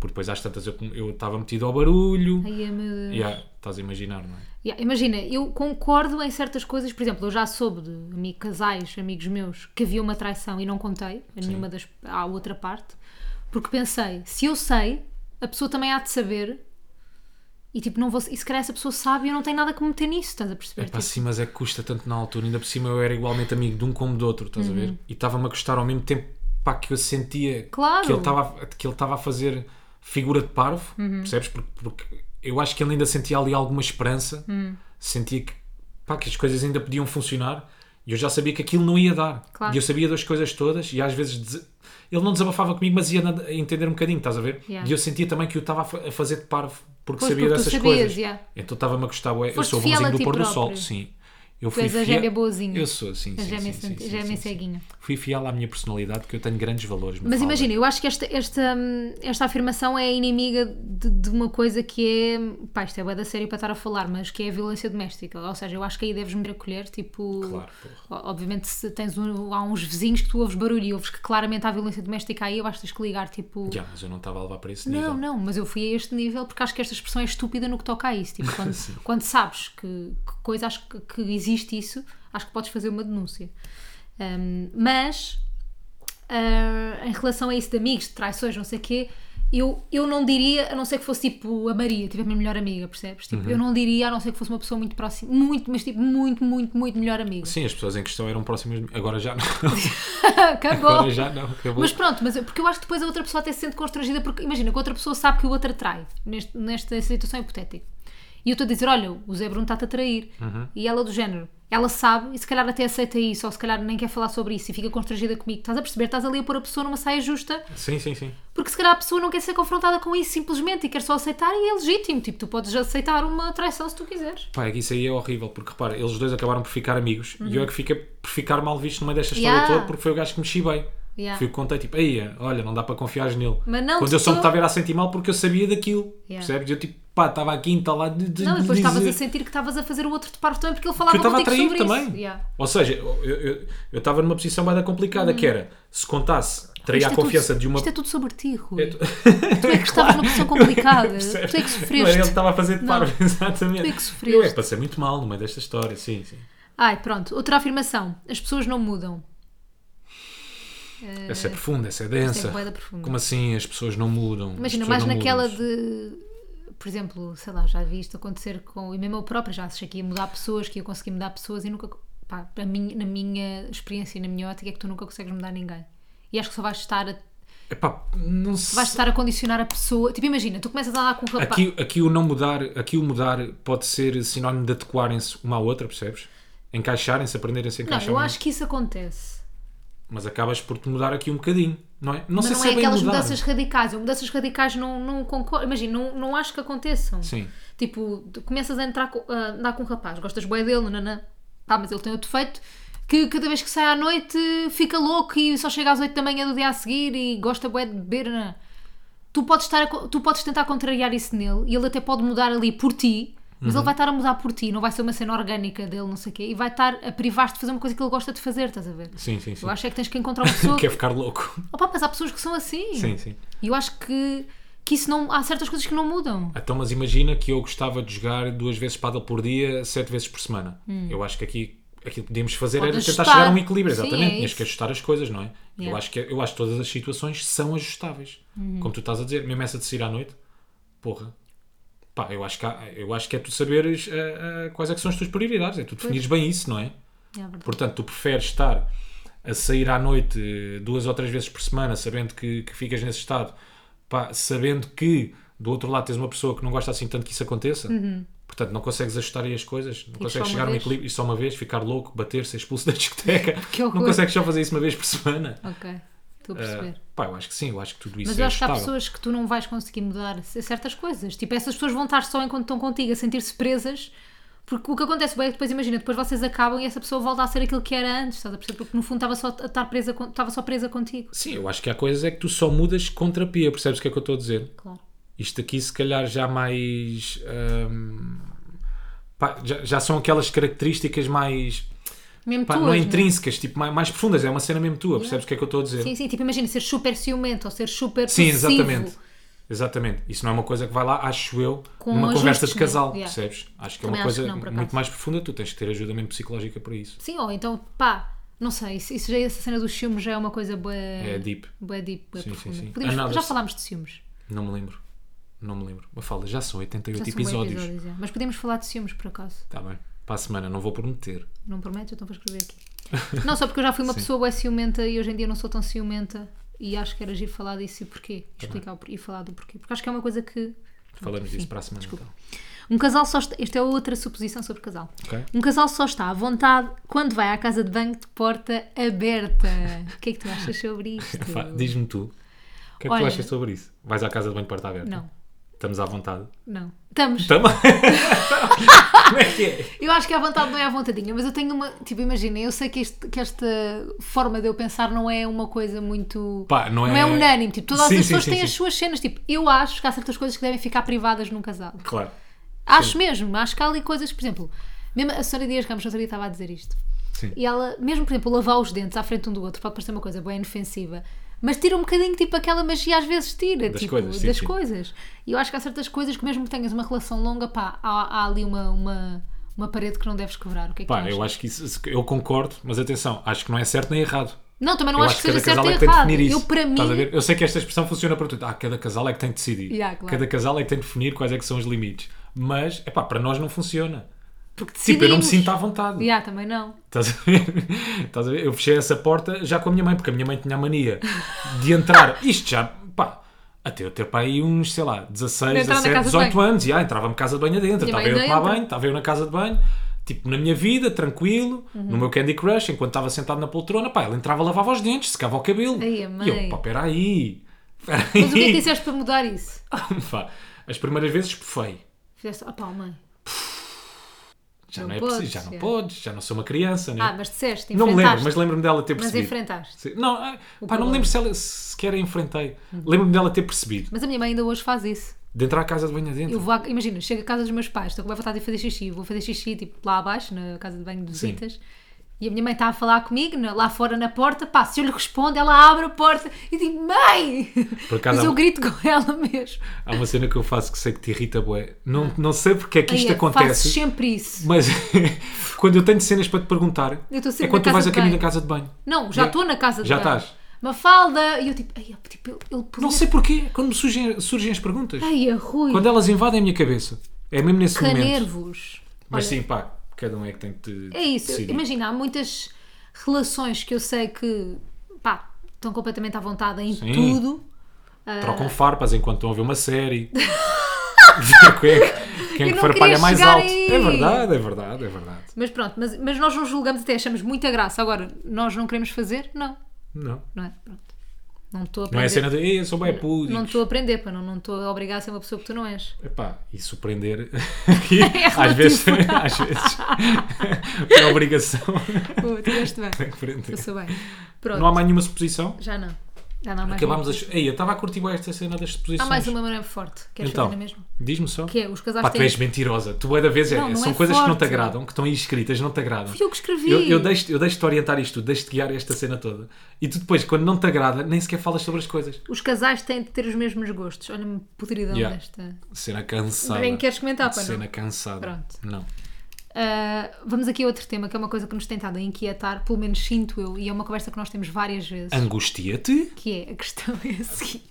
S2: Porque depois às tantas eu eu estava metido ao barulho.
S1: Ai, é, meu Deus.
S2: Yeah, estás a imaginar, não é?
S1: Yeah, imagina, eu concordo em certas coisas, por exemplo, eu já soube de ami- casais, amigos meus, que havia uma traição e não contei a nenhuma das, à outra parte, porque pensei, se eu sei, a pessoa também há de saber, e tipo, não vou, e se calhar essa pessoa sabe e eu não tenho nada que meter nisso, estás a perceber?
S2: Epá,
S1: Tipo,
S2: sim, mas é que custa tanto na altura. Ainda por cima eu era igualmente amigo de um como do outro, estás a
S1: Uhum.
S2: ver? E estava-me a custar ao mesmo tempo pá, que eu sentia
S1: Claro.
S2: que ele estava a- que ele estava a fazer figura de parvo,
S1: Uhum.
S2: percebes? Porque, porque eu acho que ele ainda sentia ali alguma esperança,
S1: Hum.
S2: sentia que, pá, que as coisas ainda podiam funcionar e eu já sabia que aquilo não ia dar.
S1: Claro.
S2: E eu sabia das coisas todas e às vezes des- ele não desabafava comigo, mas ia na- a entender um bocadinho, estás a ver?
S1: Yeah.
S2: E eu sentia também que eu estava a fa- a fazer de parvo porque
S1: Pois,
S2: sabia
S1: porque tu
S2: dessas
S1: sabias,
S2: coisas.
S1: yeah.
S2: Então estava-me a gostar, ué, eu
S1: Foste
S2: sou o
S1: fiel
S2: bonzinho
S1: a
S2: do
S1: ti
S2: pôr do sol,
S1: próprio.
S2: sim. Eu
S1: és a gêmea boazinha.
S2: Eu sou, sim, sim.
S1: gêmea
S2: sim, sim,
S1: cent-
S2: sim,
S1: gêmea
S2: sim,
S1: é ceguinha.
S2: sim. Fui fiel à minha personalidade, que eu tenho grandes valores.
S1: Mas
S2: Mafalda.
S1: imagina, eu acho que esta, esta, hum, esta afirmação é inimiga de, de uma coisa que é. Pá, isto é bué da sério para estar a falar, mas que é a violência doméstica. Ou seja, eu acho que aí deves me acolher, tipo.
S2: Claro, porra.
S1: o- Obviamente, se tens um- há uns vizinhos que tu ouves barulho e ouves que claramente há violência doméstica aí, eu acho que tens que ligar, tipo.
S2: Já, mas eu não estava a levar para esse nível.
S1: Não, não, mas eu fui a este nível porque acho que esta expressão é estúpida no que toca a isso. Tipo, quando, quando sabes que, que coisa acho que, que existe isso, acho que podes fazer uma denúncia. Ahm, mas ah, em relação a isso de amigos, de traições, não sei o quê, eu, eu não diria, a não ser que fosse tipo a Maria, tipo a minha melhor amiga, percebes? Tipo,
S2: Uhum.
S1: eu não diria, a não ser que fosse uma pessoa muito próxima, muito, mas tipo muito, muito, muito melhor amiga.
S2: Sim, as pessoas em questão eram próximas de mim. Agora já não.
S1: Acabou.
S2: Agora já não. Acabou.
S1: Mas pronto, mas eu- porque eu acho que depois a outra pessoa até se sente constrangida, porque imagina que a outra pessoa sabe que o outro trai, neste, nesta situação hipotética. E eu estou a dizer: olha, o Zé Bruno está-te a trair.
S2: Uhum.
S1: E ela, do género, ela sabe e se calhar até aceita isso, ou se calhar nem quer falar sobre isso e fica constrangida comigo. Estás a perceber? Estás ali a pôr a pessoa numa saia justa,
S2: Sim, sim, sim.
S1: porque se calhar a pessoa não quer ser confrontada com isso simplesmente e quer só aceitar, e é legítimo. Tipo, tu podes aceitar uma traição se tu quiseres.
S2: Pá, é que isso aí é horrível, porque repara, eles dois acabaram por ficar amigos e eu é que fiquei por ficar mal visto no meio desta história
S1: Uhum. Yeah.
S2: toda porque foi o gajo que me chibei.
S1: Yeah.
S2: Fui o que contei, tipo, aí, olha, não dá para confiar nele.
S1: Mas não
S2: Quando
S1: te
S2: eu só me
S1: tô-
S2: estava a ir a sentir mal porque eu sabia daquilo.
S1: Yeah.
S2: Percebes? Eu tipo, pá, estava aqui entalado de, de,
S1: Não, e
S2: de
S1: depois estavas
S2: dizer.
S1: a sentir que estavas a fazer o outro de parvo também, porque ele
S2: que
S1: falava
S2: eu estava a
S1: contigo
S2: trair
S1: sobre
S2: também.
S1: isso. Yeah. Hum.
S2: Ou seja, eu- eu eu estava numa posição bem complicada, que era, se contasse, traía
S1: Isto
S2: a
S1: é tudo-
S2: confiança de uma
S1: Isto é tudo sobre ti, Rui.
S2: tu-
S1: Tu é que estavas numa posição complicada. Tu é que
S2: Não era ele que
S1: sofreste.
S2: estava a fazer de
S1: Não.
S2: parvo, exatamente.
S1: Tu é que sofreste.
S2: Eu é que passei muito mal no meio desta história, sim, sim.
S1: Ai, pronto. Outra afirmação. As pessoas não mudam.
S2: Essa é profunda, essa é densa.
S1: bué da profunda.
S2: Como assim as pessoas não mudam? As
S1: Imagina,
S2: pessoas
S1: mais
S2: não
S1: naquela
S2: mudam.
S1: de. Por exemplo, sei lá, já vi isto acontecer com. E mesmo eu própria já achei que ia mudar pessoas, que ia conseguir mudar pessoas e nunca. Pá, para mim, na minha experiência e na minha ótica é que tu nunca consegues mudar ninguém. E acho que só vais estar a,
S2: Epá, não sei.
S1: vais estar a condicionar a pessoa. Tipo, imagina, tu começas a andar com um rapaz.
S2: Aqui, aqui o não mudar, aqui o mudar pode ser sinónimo de adequarem-se uma à outra, percebes? Encaixarem-se, aprenderem a se
S1: não,
S2: encaixar.
S1: eu
S2: uma-
S1: acho que isso acontece.
S2: Mas acabas por te mudar aqui um bocadinho, não é? Não
S1: Mas
S2: sei
S1: não
S2: se
S1: é
S2: é bem
S1: aquelas
S2: mudar.
S1: mudanças radicais. Eu mudanças radicais não, não concordo. Imagina, não, não acho que aconteçam.
S2: Sim.
S1: Tipo, tu começas a, entrar com- a andar com um rapaz, gostas bem dele, nanã. Pá, mas ele tem outro defeito que cada vez que sai à noite fica louco e só chega às 8 da manhã do dia a seguir e gosta bué de beber, nanã. Tu podes, estar a co- tu podes tentar contrariar isso nele e ele até pode mudar ali por ti, mas
S2: Uhum.
S1: ele vai estar a mudar por ti, não vai ser uma cena orgânica dele, não sei o quê, e vai estar a privar-te de fazer uma coisa que ele gosta de fazer, estás a ver?
S2: Sim, sim, sim.
S1: Eu acho é que tens que encontrar uma pessoa.
S2: Quer ficar louco.
S1: Opa, mas há pessoas que são assim.
S2: Sim, sim.
S1: E eu acho que, que isso não. Há certas coisas que não mudam.
S2: Então, mas imagina que eu gostava de jogar duas vezes paddle por dia, sete vezes por semana. Eu acho que aqui aquilo que podíamos fazer
S1: Hum. Pode
S2: era tentar
S1: ajustar.
S2: chegar a um equilíbrio,
S1: Sim,
S2: exatamente.
S1: é
S2: Tinhas
S1: isso.
S2: que ajustar as coisas, não é? Eu,
S1: Yeah. Uhum.
S2: acho que, eu acho que todas as situações são ajustáveis. Como tu estás a dizer, mesmo essa de sair à noite, porra. Pá, eu acho que, há- eu acho que é tu saberes ah, ah, quais é que são as tuas prioridades, é tu definires bem isso, não é?
S1: É verdade.
S2: Portanto, tu preferes estar a sair à noite eh, duas ou três vezes por semana, sabendo que, que ficas nesse estado, pá, sabendo que do outro lado tens uma pessoa que não gosta assim tanto que isso aconteça. Portanto, não consegues ajustar aí as coisas, não
S1: Uhum. só uma
S2: consegues chegar a um
S1: vez?
S2: equilíbrio e só uma vez ficar louco, bater, ser expulso da discoteca.
S1: Que
S2: não
S1: horror.
S2: consegues só fazer isso uma vez por semana.
S1: Ok, estou a
S2: Ah,
S1: perceber.
S2: pá, eu acho que sim, eu acho que tudo isso
S1: Mas
S2: é
S1: eu acho que há
S2: ajustável.
S1: pessoas que tu não vais conseguir mudar c- certas coisas. Tipo, essas pessoas vão estar só enquanto estão contigo, a sentir-se presas. Porque o que acontece bem é que depois, imagina, depois vocês acabam e essa pessoa volta a ser aquilo que era antes, estás a perceber? Porque no fundo estava só, a estar presa, con- estava só presa contigo.
S2: Sim, eu acho que há coisas é que tu só mudas com terapia, percebes o que é que eu estou a dizer?
S1: Claro.
S2: Isto aqui, se calhar, já mais. hum, pá, já, já são aquelas características mais.
S1: Mesmo
S2: pá,
S1: tu.
S2: não é intrínsecas, tipo, mais, mais profundas. É uma cena mesmo tua, percebes o que é que eu estou a dizer?
S1: Sim, sim, tipo, imagina ser super ciumento ou ser super.
S2: Sim,
S1: possessivo.
S2: exatamente. Exatamente. Isso não é uma coisa que vai lá, acho eu,
S1: Com
S2: numa
S1: ajustes,
S2: conversa de
S1: né?
S2: casal,
S1: Yeah.
S2: percebes? Acho que é
S1: Também
S2: uma
S1: acho que
S2: coisa
S1: não, por
S2: muito
S1: acaso.
S2: mais profunda. Tu tens que ter ajuda mesmo psicológica para isso.
S1: Sim, ou então, pá, não sei, isso, isso já, essa cena dos ciúmes já é uma coisa boa.
S2: É deep.
S1: Boa deep, boa
S2: Sim, sim,
S1: profunda.
S2: sim.
S1: Podemos-
S2: Another-
S1: já falámos de ciúmes.
S2: Não me lembro. Não me lembro. Mas fala, já são 88
S1: Já são bué
S2: episódios.
S1: episódios, é. Mas podemos falar de ciúmes, por acaso.
S2: Está bem. Para a semana, não vou prometer.
S1: Não prometo, então vou escrever aqui. Não, só porque eu já fui uma pessoa bué ciumenta e hoje em dia não sou tão ciumenta. E acho que era giro falar disso e porquê. Explicar o por- e falar do porquê. Porque acho que é uma coisa que...
S2: Falamos disso para a semana,
S1: Um casal só está... Esta é outra suposição sobre casal.
S2: então. Ok?
S1: Um casal só está à vontade quando vai à casa de banho de porta aberta. O que é que tu achas sobre isto?
S2: Pá, Diz-me tu. O que é que tu
S1: Olha-
S2: achas sobre isso? Vais à casa de banho de porta aberta?
S1: Não,
S2: Estamos à vontade.
S1: não. Estamos.
S2: Também. Como é que é?
S1: Eu acho que à vontade não é à vontadinha, mas eu tenho uma. Tipo, imagina, eu sei que, este- que esta forma de eu pensar não é uma coisa muito.
S2: Pá, não é-
S1: unânime. Tipo, todas
S2: Sim,
S1: as
S2: sim,
S1: pessoas
S2: sim,
S1: têm
S2: sim.
S1: as suas cenas. Tipo, eu acho que há certas coisas que devem ficar privadas num casal.
S2: Claro.
S1: Acho mesmo, acho que há ali coisas, por exemplo, mesmo a Sónia Dias Ramos, a Sónia estava a dizer isto.
S2: Sim.
S1: E ela, mesmo, por exemplo, lavar os dentes à frente um do outro, pode parecer uma coisa bem inofensiva, mas tira um bocadinho, tipo, aquela magia às vezes tira,
S2: Das
S1: tipo,
S2: coisas, sim,
S1: das
S2: sim.
S1: coisas. E eu acho que há certas coisas que mesmo que tenhas uma relação longa, pá, há, há ali uma, uma, uma parede que não deves quebrar. O que é que tu
S2: Pá,
S1: achas?
S2: eu acho que isso, eu concordo, mas atenção, acho que não é certo nem errado.
S1: Não, também não
S2: eu
S1: acho que seja certo ou
S2: é que tem de
S1: errado.
S2: definir isso.
S1: Eu, para
S2: Estás a
S1: mim,
S2: ver? Eu sei que esta expressão funciona para tudo. Ah, cada casal é que tem de decidir.
S1: Yeah, claro.
S2: Cada casal é que tem de definir quais é que são os limites. Mas, é pá, para nós não funciona.
S1: porque
S2: Tipo, eu não me
S1: decidimos.
S2: sinto à vontade.
S1: Yeah, também não.
S2: Estás a ver? Estás a ver? Eu fechei essa porta já com a minha mãe, porque a minha mãe tinha a mania de entrar. Isto já, pá, até eu ter para aí uns, sei lá, 16,
S1: De entrar na
S2: 17,
S1: casa de banho.
S2: 18 anos. E ah, entrava-me casa de banho adentro.
S1: Minha
S2: Estava
S1: mãe
S2: eu a tomar
S1: dentro.
S2: banho, estava eu na casa de banho. Tipo, na minha vida, tranquilo,
S1: Uhum.
S2: no meu Candy Crush, enquanto estava sentado na poltrona, pá, ele entrava, lavava os dentes, secava o cabelo.
S1: Ai, a
S2: E
S1: mãe.
S2: eu, pá, peraí. peraí.
S1: Mas o que é que disseste para mudar isso?
S2: Pá, As primeiras vezes, pufei.
S1: Fizeste, ah pá, mãe.
S2: Já
S1: Não
S2: não, é
S1: podes,
S2: preciso, já não
S1: é.
S2: podes, já não sou uma criança, né?
S1: Ah, mas disseste,
S2: não me lembro,
S1: enfrentaste.
S2: mas lembro-me dela ter
S1: mas
S2: percebido.
S1: enfrentaste.
S2: Sim. Não, ah, pá, não
S1: problema.
S2: me lembro se ela sequer a enfrentei. Lembro-me dela ter percebido.
S1: Mas a minha mãe ainda hoje faz isso.
S2: De entrar à casa de banho
S1: Eu
S2: adentro.
S1: vou à- imagina, chego à casa dos meus pais, estou com a vontade de fazer xixi, vou fazer xixi tipo lá abaixo, na casa de banho de
S2: Sim.
S1: visitas. E a minha mãe está a falar comigo, na- lá fora na porta, pá, se eu lhe respondo, ela abre a porta e digo, mãe!
S2: Por
S1: Mas
S2: acaso há- um
S1: eu grito com ela mesmo.
S2: Há uma cena que eu faço que sei que te irrita, bué. Não, não sei porque é que isto
S1: Ai, Ah. é, Faço
S2: acontece,
S1: sempre isso.
S2: mas quando eu tenho cenas para te perguntar,
S1: Eu estou
S2: é
S1: sempre
S2: quando
S1: na
S2: tu vais
S1: casa
S2: a
S1: de
S2: caminho da
S1: banho.
S2: casa de banho.
S1: Não, já
S2: Já-
S1: estou na casa de
S2: já
S1: banho.
S2: estás.
S1: Mafalda! E eu tipo, ai, tipo, ele, ele podia.
S2: Não sei porquê, quando me surgem, surgem as perguntas.
S1: Ai, a Rui,
S2: Quando elas invadem a minha cabeça. É mesmo nesse
S1: que
S2: momento.
S1: nervos.
S2: Mas
S1: Olha,
S2: sim, pá, cada um é que tem de
S1: É isso,
S2: decidir.
S1: imagina, há muitas relações que eu sei que, pá, estão completamente à vontade em
S2: Sim.
S1: tudo.
S2: Trocam farpas enquanto estão a ver uma série. Ver quem é que- quem é
S1: Eu
S2: que
S1: não
S2: farpalha
S1: queria
S2: mais
S1: chegar
S2: alto.
S1: aí.
S2: É verdade, é verdade, é verdade.
S1: Mas pronto, mas, mas nós não julgamos até, achamos muita graça. Agora, nós não queremos fazer? Não,
S2: Não.
S1: não é? Pronto. Não estou a
S2: Não é a
S1: aprender.
S2: cena de "Ei, eu sou bem puto.
S1: Não estou a aprender, pá, não não estou a obrigar a ser uma pessoa que tu não és.
S2: Epá, e surpreender aqui,
S1: É
S2: às vezes,
S1: relativo.
S2: às vezes, é obrigação.
S1: Pô, tiveste bem.
S2: Tem que aprender.
S1: Eu sou bem. Pronto,
S2: Não há mais nenhuma suposição?
S1: já não. Já não há mais.
S2: Acabámos a...
S1: nenhuma.
S2: Ei, eu estava a curtir bem esta cena das suposições.
S1: Há mais uma maneira forte. Queres
S2: Então,
S1: fazer na mesma?
S2: diz-me só.
S1: Que é, os casais
S2: Pá, tu
S1: têm...
S2: és mentirosa. Tu é da vez, é.
S1: Não, não
S2: São
S1: é
S2: coisas que não te
S1: forte.
S2: agradam, que estão aí escritas, não te agradam.
S1: Fui eu que escrevi.
S2: Eu, eu deixo-te eu deixo-te orientar isto tudo, deixo-te guiar esta cena toda. E tu depois, quando não te agrada, nem sequer falas sobre as coisas.
S1: Os casais têm de ter os mesmos gostos. Olha-me podridão
S2: Yeah.
S1: desta.
S2: Cena cansada.
S1: Bem, queres comentar, pá, não?
S2: Cena cansada.
S1: Pronto.
S2: Não.
S1: Ah, vamos aqui a outro tema, que é uma coisa que nos tem estado a inquietar, pelo menos sinto eu, e é uma conversa que nós temos várias vezes,
S2: Angustia-te?
S1: que é a questão é a seguinte.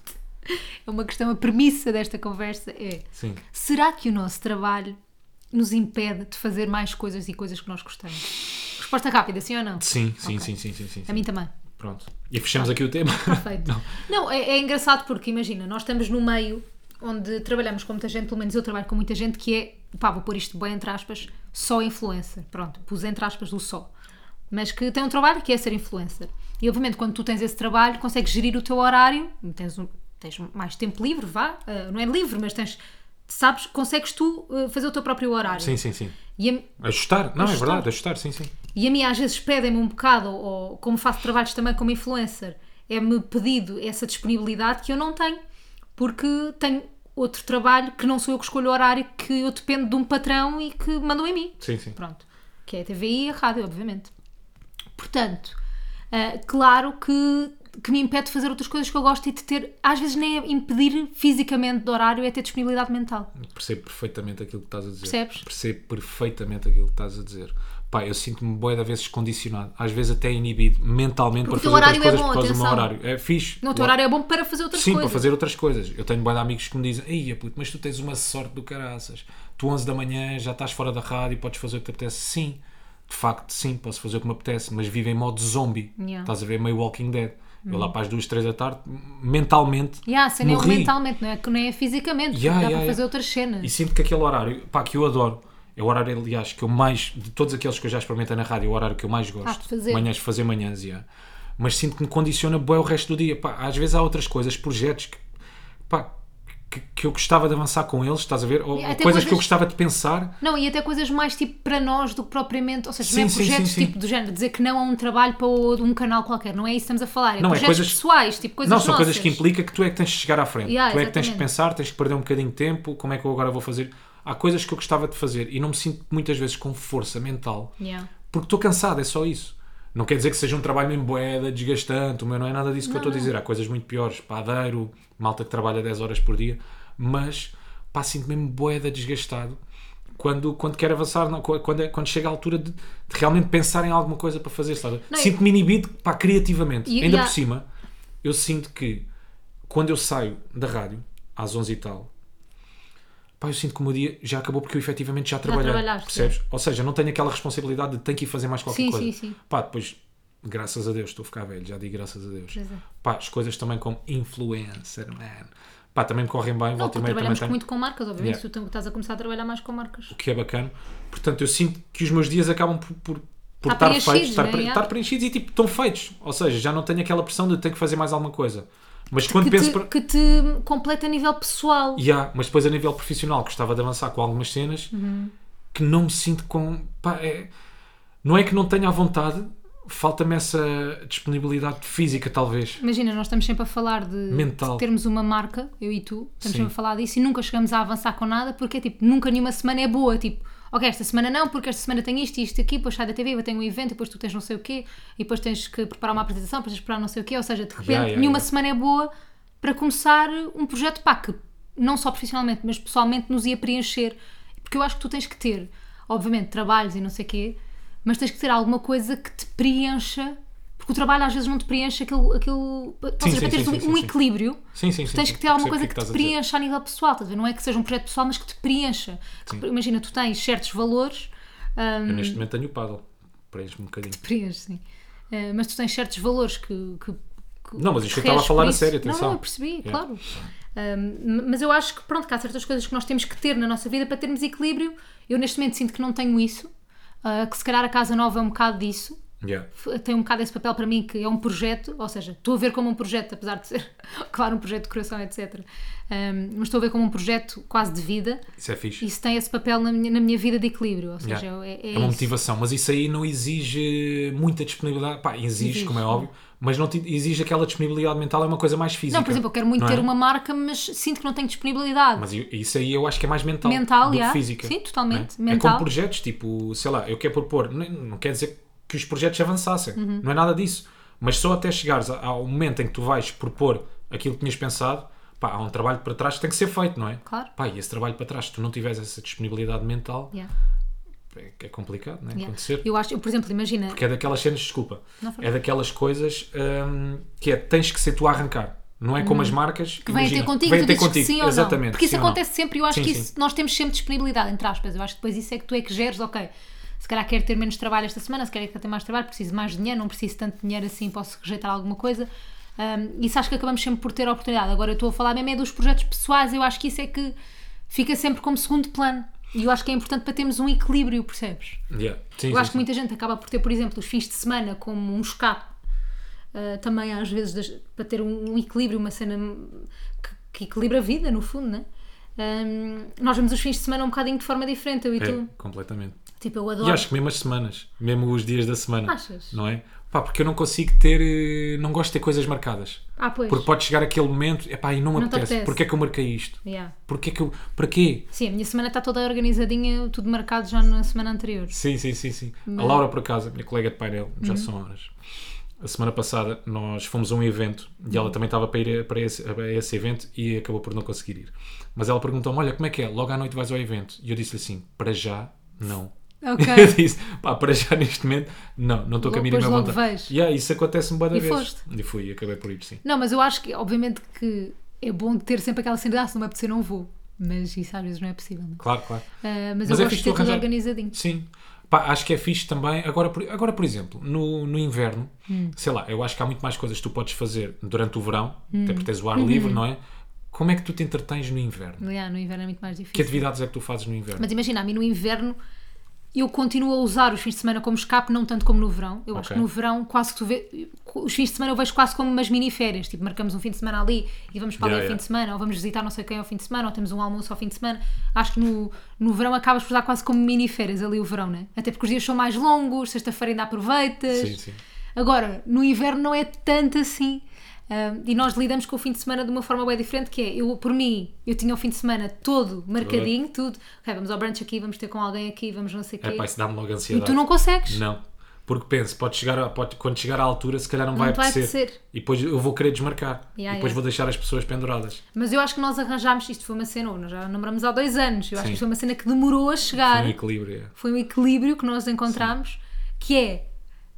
S1: É uma questão, a premissa desta conversa é
S2: Sim.
S1: será que o nosso trabalho nos impede de fazer mais coisas e coisas que nós gostamos? Resposta rápida, sim ou não?
S2: Sim, sim,
S1: Ok.
S2: sim, sim, sim, sim,
S1: A
S2: sim.
S1: mim também.
S2: Pronto. E fechamos aqui o tema.
S1: Perfeito. Não, é, é engraçado porque, imagina, nós estamos no meio onde trabalhamos com muita gente, pelo menos eu trabalho com muita gente, que é, pá, vou pôr isto bem entre aspas, só influencer. Pronto, pus entre aspas o só. Mas que tem um trabalho que é ser influencer. E obviamente quando tu tens esse trabalho, consegues gerir o teu horário, tens, um- tens mais tempo livre, vá, ah, não é livre, mas tens, sabes, consegues tu ah, fazer o teu próprio horário.
S2: Sim, sim, sim.
S1: E a-
S2: Ajustar? Não, é
S1: Ajustar.
S2: verdade, ajustar, sim, sim.
S1: e a mim às vezes pedem-me um bocado, ou, ou como faço trabalhos também como influencer, é-me pedido essa disponibilidade que eu não tenho, porque tenho outro trabalho que não sou eu que escolho o horário, que eu dependo de um patrão e que mandam em mim.
S2: Sim, sim.
S1: Pronto. Que é a TVI e a rádio, obviamente. Portanto, ah, claro que, que me impede de fazer outras coisas que eu gosto e de ter, às vezes nem é impedir fisicamente do horário, é ter disponibilidade mental.
S2: Percebo perfeitamente aquilo que estás a dizer.
S1: Percebes?
S2: Percebo perfeitamente aquilo que estás a dizer. Pá, eu sinto-me boa da vezes condicionado, às vezes até inibido mentalmente
S1: Porque
S2: para
S1: o teu horário
S2: fazer outras
S1: é
S2: coisas
S1: bom,
S2: por causa do meu
S1: atenção.
S2: horário. É fixe.
S1: Não, o teu horário é bom para fazer outras
S2: Sim,
S1: coisas.
S2: para fazer outras coisas. Eu tenho boa de amigos que me dizem: Ei, puto, mas tu tens uma sorte do caraças. Tu, 11 da manhã, já estás fora da rádio e podes fazer o que te apetece. Sim, de facto, sim, posso fazer o que me apetece, mas vivo em modo zombie.
S1: Yeah. Uhum.
S2: Estás a ver meio Walking Dead. Eu lá para as duas, três da tarde, mentalmente.
S1: Yeah, a cena é o
S2: morri.
S1: mentalmente, não é, que nem é fisicamente, porque
S2: Yeah,
S1: dá
S2: yeah,
S1: para fazer
S2: yeah.
S1: outras cenas.
S2: E sinto que aquele horário, pá, que eu adoro, é o horário, aliás, que eu mais, de todos aqueles que eu já experimentei na rádio, é o horário que eu mais gosto.
S1: de fazer.
S2: Manhãs, fazer manhãs, yeah. Mas sinto que me condiciona bem o resto do dia. Pá, às vezes há outras coisas, projetos que, pá, que, que eu gostava de avançar com eles, estás a ver? Ou,
S1: E
S2: ou
S1: até
S2: coisas, que eu
S1: coisas-
S2: gostava de pensar.
S1: Não, e até coisas mais tipo para nós do que propriamente, ou seja,
S2: Sim,
S1: não é
S2: sim,
S1: projetos
S2: sim, sim.
S1: tipo do género, dizer que não a um trabalho para o- um canal qualquer, não é isso que estamos a falar, é
S2: Não, é
S1: projetos
S2: coisas-
S1: pessoais, tipo coisas
S2: não, são coisas
S1: nossas.
S2: que implica que tu é que tens de chegar à frente.
S1: Yeah,
S2: tu é que tens de
S1: exatamente.
S2: pensar, tens de perder um bocadinho de tempo, como é que eu agora vou fazer. Há coisas que eu gostava de fazer e não me sinto muitas vezes com força mental
S1: Yeah.
S2: porque estou cansado, é só isso. Não quer dizer que seja um trabalho mesmo boeda, desgastante, o meu não é nada disso que eu estou a dizer. Há coisas muito piores, padeiro, malta que trabalha 10 horas por dia, mas pá, sinto mesmo boeda desgastado quando, quando quero avançar, não, qu- quando, é- quando chega a altura de, de realmente pensar em alguma coisa para fazer, sabe?
S1: Não, e-
S2: Sinto-me inibido, pá, criativamente.
S1: E-
S2: Ainda
S1: e há-
S2: por cima, eu sinto que quando eu saio da rádio, às 11 e tal, pá, eu sinto que o meu dia já acabou porque eu efetivamente já trabalhei.
S1: trabalhaste,
S2: percebes? Ou seja, não tenho aquela responsabilidade de tenho que ir fazer mais qualquer
S1: Sim,
S2: coisa.
S1: sim, sim.
S2: Pá, depois, graças a Deus, estou a ficar velho, já digo graças a Deus.
S1: Pois é.
S2: Pá, as coisas também como influencer, man. Pá, também me correm bem,
S1: Não,
S2: volta
S1: porque
S2: e meia também
S1: trabalhamos
S2: tenho.
S1: muito com marcas, obviamente,
S2: Yeah.
S1: tu tu estás a começar a trabalhar mais com marcas.
S2: O que é bacana. Portanto, eu sinto que os meus dias acabam por, por, por
S1: Tá
S2: estar
S1: preenchidos,
S2: feitos, estar,
S1: né?
S2: pre-
S1: Yeah.
S2: estar preenchidos e tipo, estão feitos. Ou seja, já não tenho aquela pressão de tenho que fazer mais alguma coisa. Mas quando
S1: Que
S2: penso
S1: te,
S2: para-
S1: que te completa a nível pessoal.
S2: E há, mas depois a nível profissional gostava de avançar com algumas cenas que não me sinto com. pá, é- não é que não tenha à vontade, falta-me essa disponibilidade física, talvez.
S1: Imagina, nós estamos sempre a falar de,
S2: Mental.
S1: de termos uma marca, eu e tu, estamos
S2: Sim.
S1: sempre a falar disso e nunca chegamos a avançar com nada porque é tipo, nunca nenhuma semana é boa. Tipo, ok, esta semana não, porque esta semana tenho isto e isto aqui, depois sai da TV, eu tenho um evento, depois tu tens não sei o quê, e depois tens que preparar uma apresentação, depois tens que preparar não sei o quê. Ou seja, de repente,
S2: yeah,
S1: nenhuma
S2: yeah.
S1: semana é boa para começar um projeto pá, que não só profissionalmente, mas pessoalmente nos ia preencher. Porque eu acho que tu tens que ter, obviamente, trabalhos e não sei o quê, mas tens que ter alguma coisa que te preencha. Porque Porque o trabalho às vezes não te preenche aquele. aquele
S2: Sim,
S1: estás a ver,
S2: sim,
S1: para teres
S2: sim,
S1: um,
S2: sim,
S1: um
S2: sim.
S1: equilíbrio,
S2: Sim, sim, sim.
S1: tens
S2: sim.
S1: que ter alguma
S2: Percebo o
S1: coisa
S2: é
S1: que,
S2: estás
S1: te
S2: a dizer.
S1: preencha a nível pessoal, estás a ver? Não é que seja um projeto pessoal, mas que um te preencha. Que
S2: Sim.
S1: pre- imagina, tu tens certos valores. hum,
S2: Eu neste momento tenho o paddle. Preenche-me um bocadinho.
S1: preenche, sim. Eh, mas tu tens certos valores que. que- que-
S2: Não, mas isto
S1: que
S2: eu estava a
S1: reges
S2: falar
S1: por
S2: a
S1: isso.
S2: sério,
S1: Não,
S2: atenção. É.
S1: não, eu percebi,
S2: Yeah.
S1: claro. Um, mas eu acho que, pronto, que há certas coisas que nós temos que ter na nossa vida para termos equilíbrio. Eu neste momento sinto que não tenho isso, ah, que se calhar a Casa Nova é um bocado disso.
S2: Yeah.
S1: F- Tem um bocado esse papel para mim que é um projeto, ou seja, estou a ver como um projeto, apesar de ser, claro, um projeto de coração, etc. Um, mas estou a ver como um projeto quase de vida.
S2: Isso é fixe.
S1: Isso tem esse papel na minha, na minha vida de equilíbrio, ou seja,
S2: Yeah.
S1: é, é
S2: uma
S1: isso.
S2: motivação, mas isso aí não exige muita disponibilidade. Pá, exige,
S1: Exige,
S2: como é
S1: não.
S2: óbvio, mas não te- exige aquela disponibilidade mental, é uma coisa mais física.
S1: Não, por exemplo, eu quero muito
S2: não é?
S1: ter uma marca, mas sinto que não tenho disponibilidade.
S2: Mas i- isso aí eu acho que é mais mental,
S1: Mental,
S2: do que
S1: yeah.
S2: física.
S1: Sim, totalmente,
S2: não É?
S1: mental.
S2: É como projetos, tipo, sei lá, eu quero propor, não, não quer dizer que os projetos avançassem,
S1: Uhum.
S2: não é nada disso. Mas só até chegares a- ao momento em que tu vais propor aquilo que tinhas pensado, pá, há um trabalho para trás que tem que ser feito, não é?
S1: Claro.
S2: Pá, e esse trabalho para trás, se tu não tiveres essa disponibilidade mental,
S1: Yeah,
S2: é, é complicado, não é?
S1: yeah.
S2: Acontecer.
S1: Eu acho, eu, por exemplo, imagina,
S2: Porque é daquelas cenas, desculpa,
S1: Não faz
S2: é daquelas coisas hum, que é tens que ser tu a arrancar. Não é como as marcas
S1: Uhum. que vêm ter contigo,
S2: vêm
S1: tu
S2: ter
S1: dizes que
S2: contigo.
S1: sim ou
S2: Exatamente,
S1: não. Porque isso
S2: sim ou não.
S1: acontece sempre e eu acho
S2: Sim,
S1: que
S2: sim.
S1: isso, nós temos sempre disponibilidade, entre aspas. Eu acho que depois isso é que tu é que geres, ok. Se calhar quero ter menos trabalho esta semana, se calhar quero ter mais trabalho, preciso mais dinheiro, não preciso tanto dinheiro assim, posso rejeitar alguma coisa. Um, isso acho que acabamos sempre por ter a oportunidade. Agora eu estou a falar mesmo é dos projetos pessoais, eu acho que isso é que fica sempre como segundo plano. E eu acho que é importante para termos um equilíbrio, percebes?
S2: Yeah. Sim,
S1: Eu
S2: sim,
S1: acho que
S2: sim.
S1: muita gente acaba por ter, por exemplo, os fins de semana como um escape, ah, também às vezes das- para ter um, um equilíbrio, uma cena que, que equilibra a vida, no fundo, né? Ahm, nós vemos os fins de semana um bocadinho de forma diferente, eu e tu.
S2: É, completamente.
S1: Tipo, eu
S2: E
S1: adoro.
S2: acho que mesmo as semanas, mesmo os dias da semana.
S1: Achas?
S2: Não é? Pá, porque eu não consigo ter. eh, Não gosto de ter coisas marcadas.
S1: Ah, pois.
S2: Porque pode chegar aquele momento, epá, e não me
S1: Não te
S2: apetece.
S1: apetece.
S2: Porquê é que eu marquei isto?
S1: Yeah.
S2: Porquê é que eu. Para quê?
S1: Sim, a minha semana está toda organizadinha, tudo marcado já na semana anterior.
S2: Sim, sim, sim, sim. A
S1: é?
S2: Laura, por acaso, minha colega de painel, já
S1: Uhum.
S2: são horas. A semana passada nós fomos a um evento e
S1: Uhum.
S2: ela também estava para ir a- para esse, a esse evento e acabou por não conseguir ir. Mas ela perguntou-me: Olha, como é que é? Logo à noite vais ao evento? E eu disse-lhe assim: Para já, não. Eu
S1: Ok.
S2: disse, pá, para já neste momento, não, não estou com a
S1: Logo-
S2: mínima
S1: depois logo
S2: vontade.
S1: vejo.
S2: Yeah, isso acontece-me boa
S1: E
S2: vez.
S1: foste?
S2: E fui, e acabei por ir, sim.
S1: não, mas eu acho que, obviamente, que é bom ter sempre aquela cena de, ah, se não me apetecer, não vou. Mas isso às vezes não é possível. Né?
S2: Claro, claro.
S1: Ah, mas,
S2: Mas
S1: eu
S2: é
S1: gosto
S2: fixe
S1: de
S2: tu
S1: ter tudo
S2: arranjar-
S1: organizadinho.
S2: Sim. Pá, acho que é fixe também. Agora, por, agora, por exemplo, no, no inverno,
S1: Hum.
S2: sei lá, eu acho que há muito mais coisas que tu podes fazer durante o verão,
S1: Hum.
S2: até porque tens o ar
S1: Uhum.
S2: livre, não é? Como é que tu te entretens no inverno?
S1: Yeah, no inverno é muito mais difícil.
S2: Que atividades é que tu fazes no inverno?
S1: Mas imagina, a mim no inverno eu continuo a usar os fins de semana como escape, não tanto como no verão. Eu acho
S2: Ok.
S1: que no verão quase que tu vê, os fins de semana eu vejo quase como umas mini-férias. Tipo, marcamos um fim de semana ali e vamos para
S2: Yeah,
S1: ali ao
S2: yeah.
S1: fim de semana, ou vamos visitar não sei quem ao fim de semana, ou temos um almoço ao fim de semana. Acho que no, no verão acabas por usar quase como mini-férias ali o verão, né? Até porque os dias são mais longos, sexta-feira ainda aproveitas.
S2: Sim, sim.
S1: Agora, no inverno não é tanto assim. Ahm, e nós lidamos com o fim de semana de uma forma bem diferente, que é, eu, por mim, eu tinha o fim de semana todo marcadinho, tudo. Ok, vamos ao brunch aqui, vamos ter com alguém aqui, vamos não sei o quê.
S2: É pá, isso dá-me logo
S1: e
S2: ansiedade.
S1: tu não consegues.
S2: Não. Porque penso, pode chegar a- pode- quando chegar à altura, se calhar não, vai
S1: te vai
S2: apetecer.
S1: apetecer.
S2: E depois eu vou querer desmarcar.
S1: Yeah,
S2: e depois
S1: yeah.
S2: vou deixar as pessoas penduradas.
S1: Mas eu acho que nós arranjámos, isto foi uma cena, ou nós já namoramos há dois anos, eu acho que
S2: Sim.
S1: isto foi uma cena que demorou a
S2: Foi
S1: chegar.
S2: um equilíbrio. é.
S1: Foi um equilíbrio que nós encontramos, que é,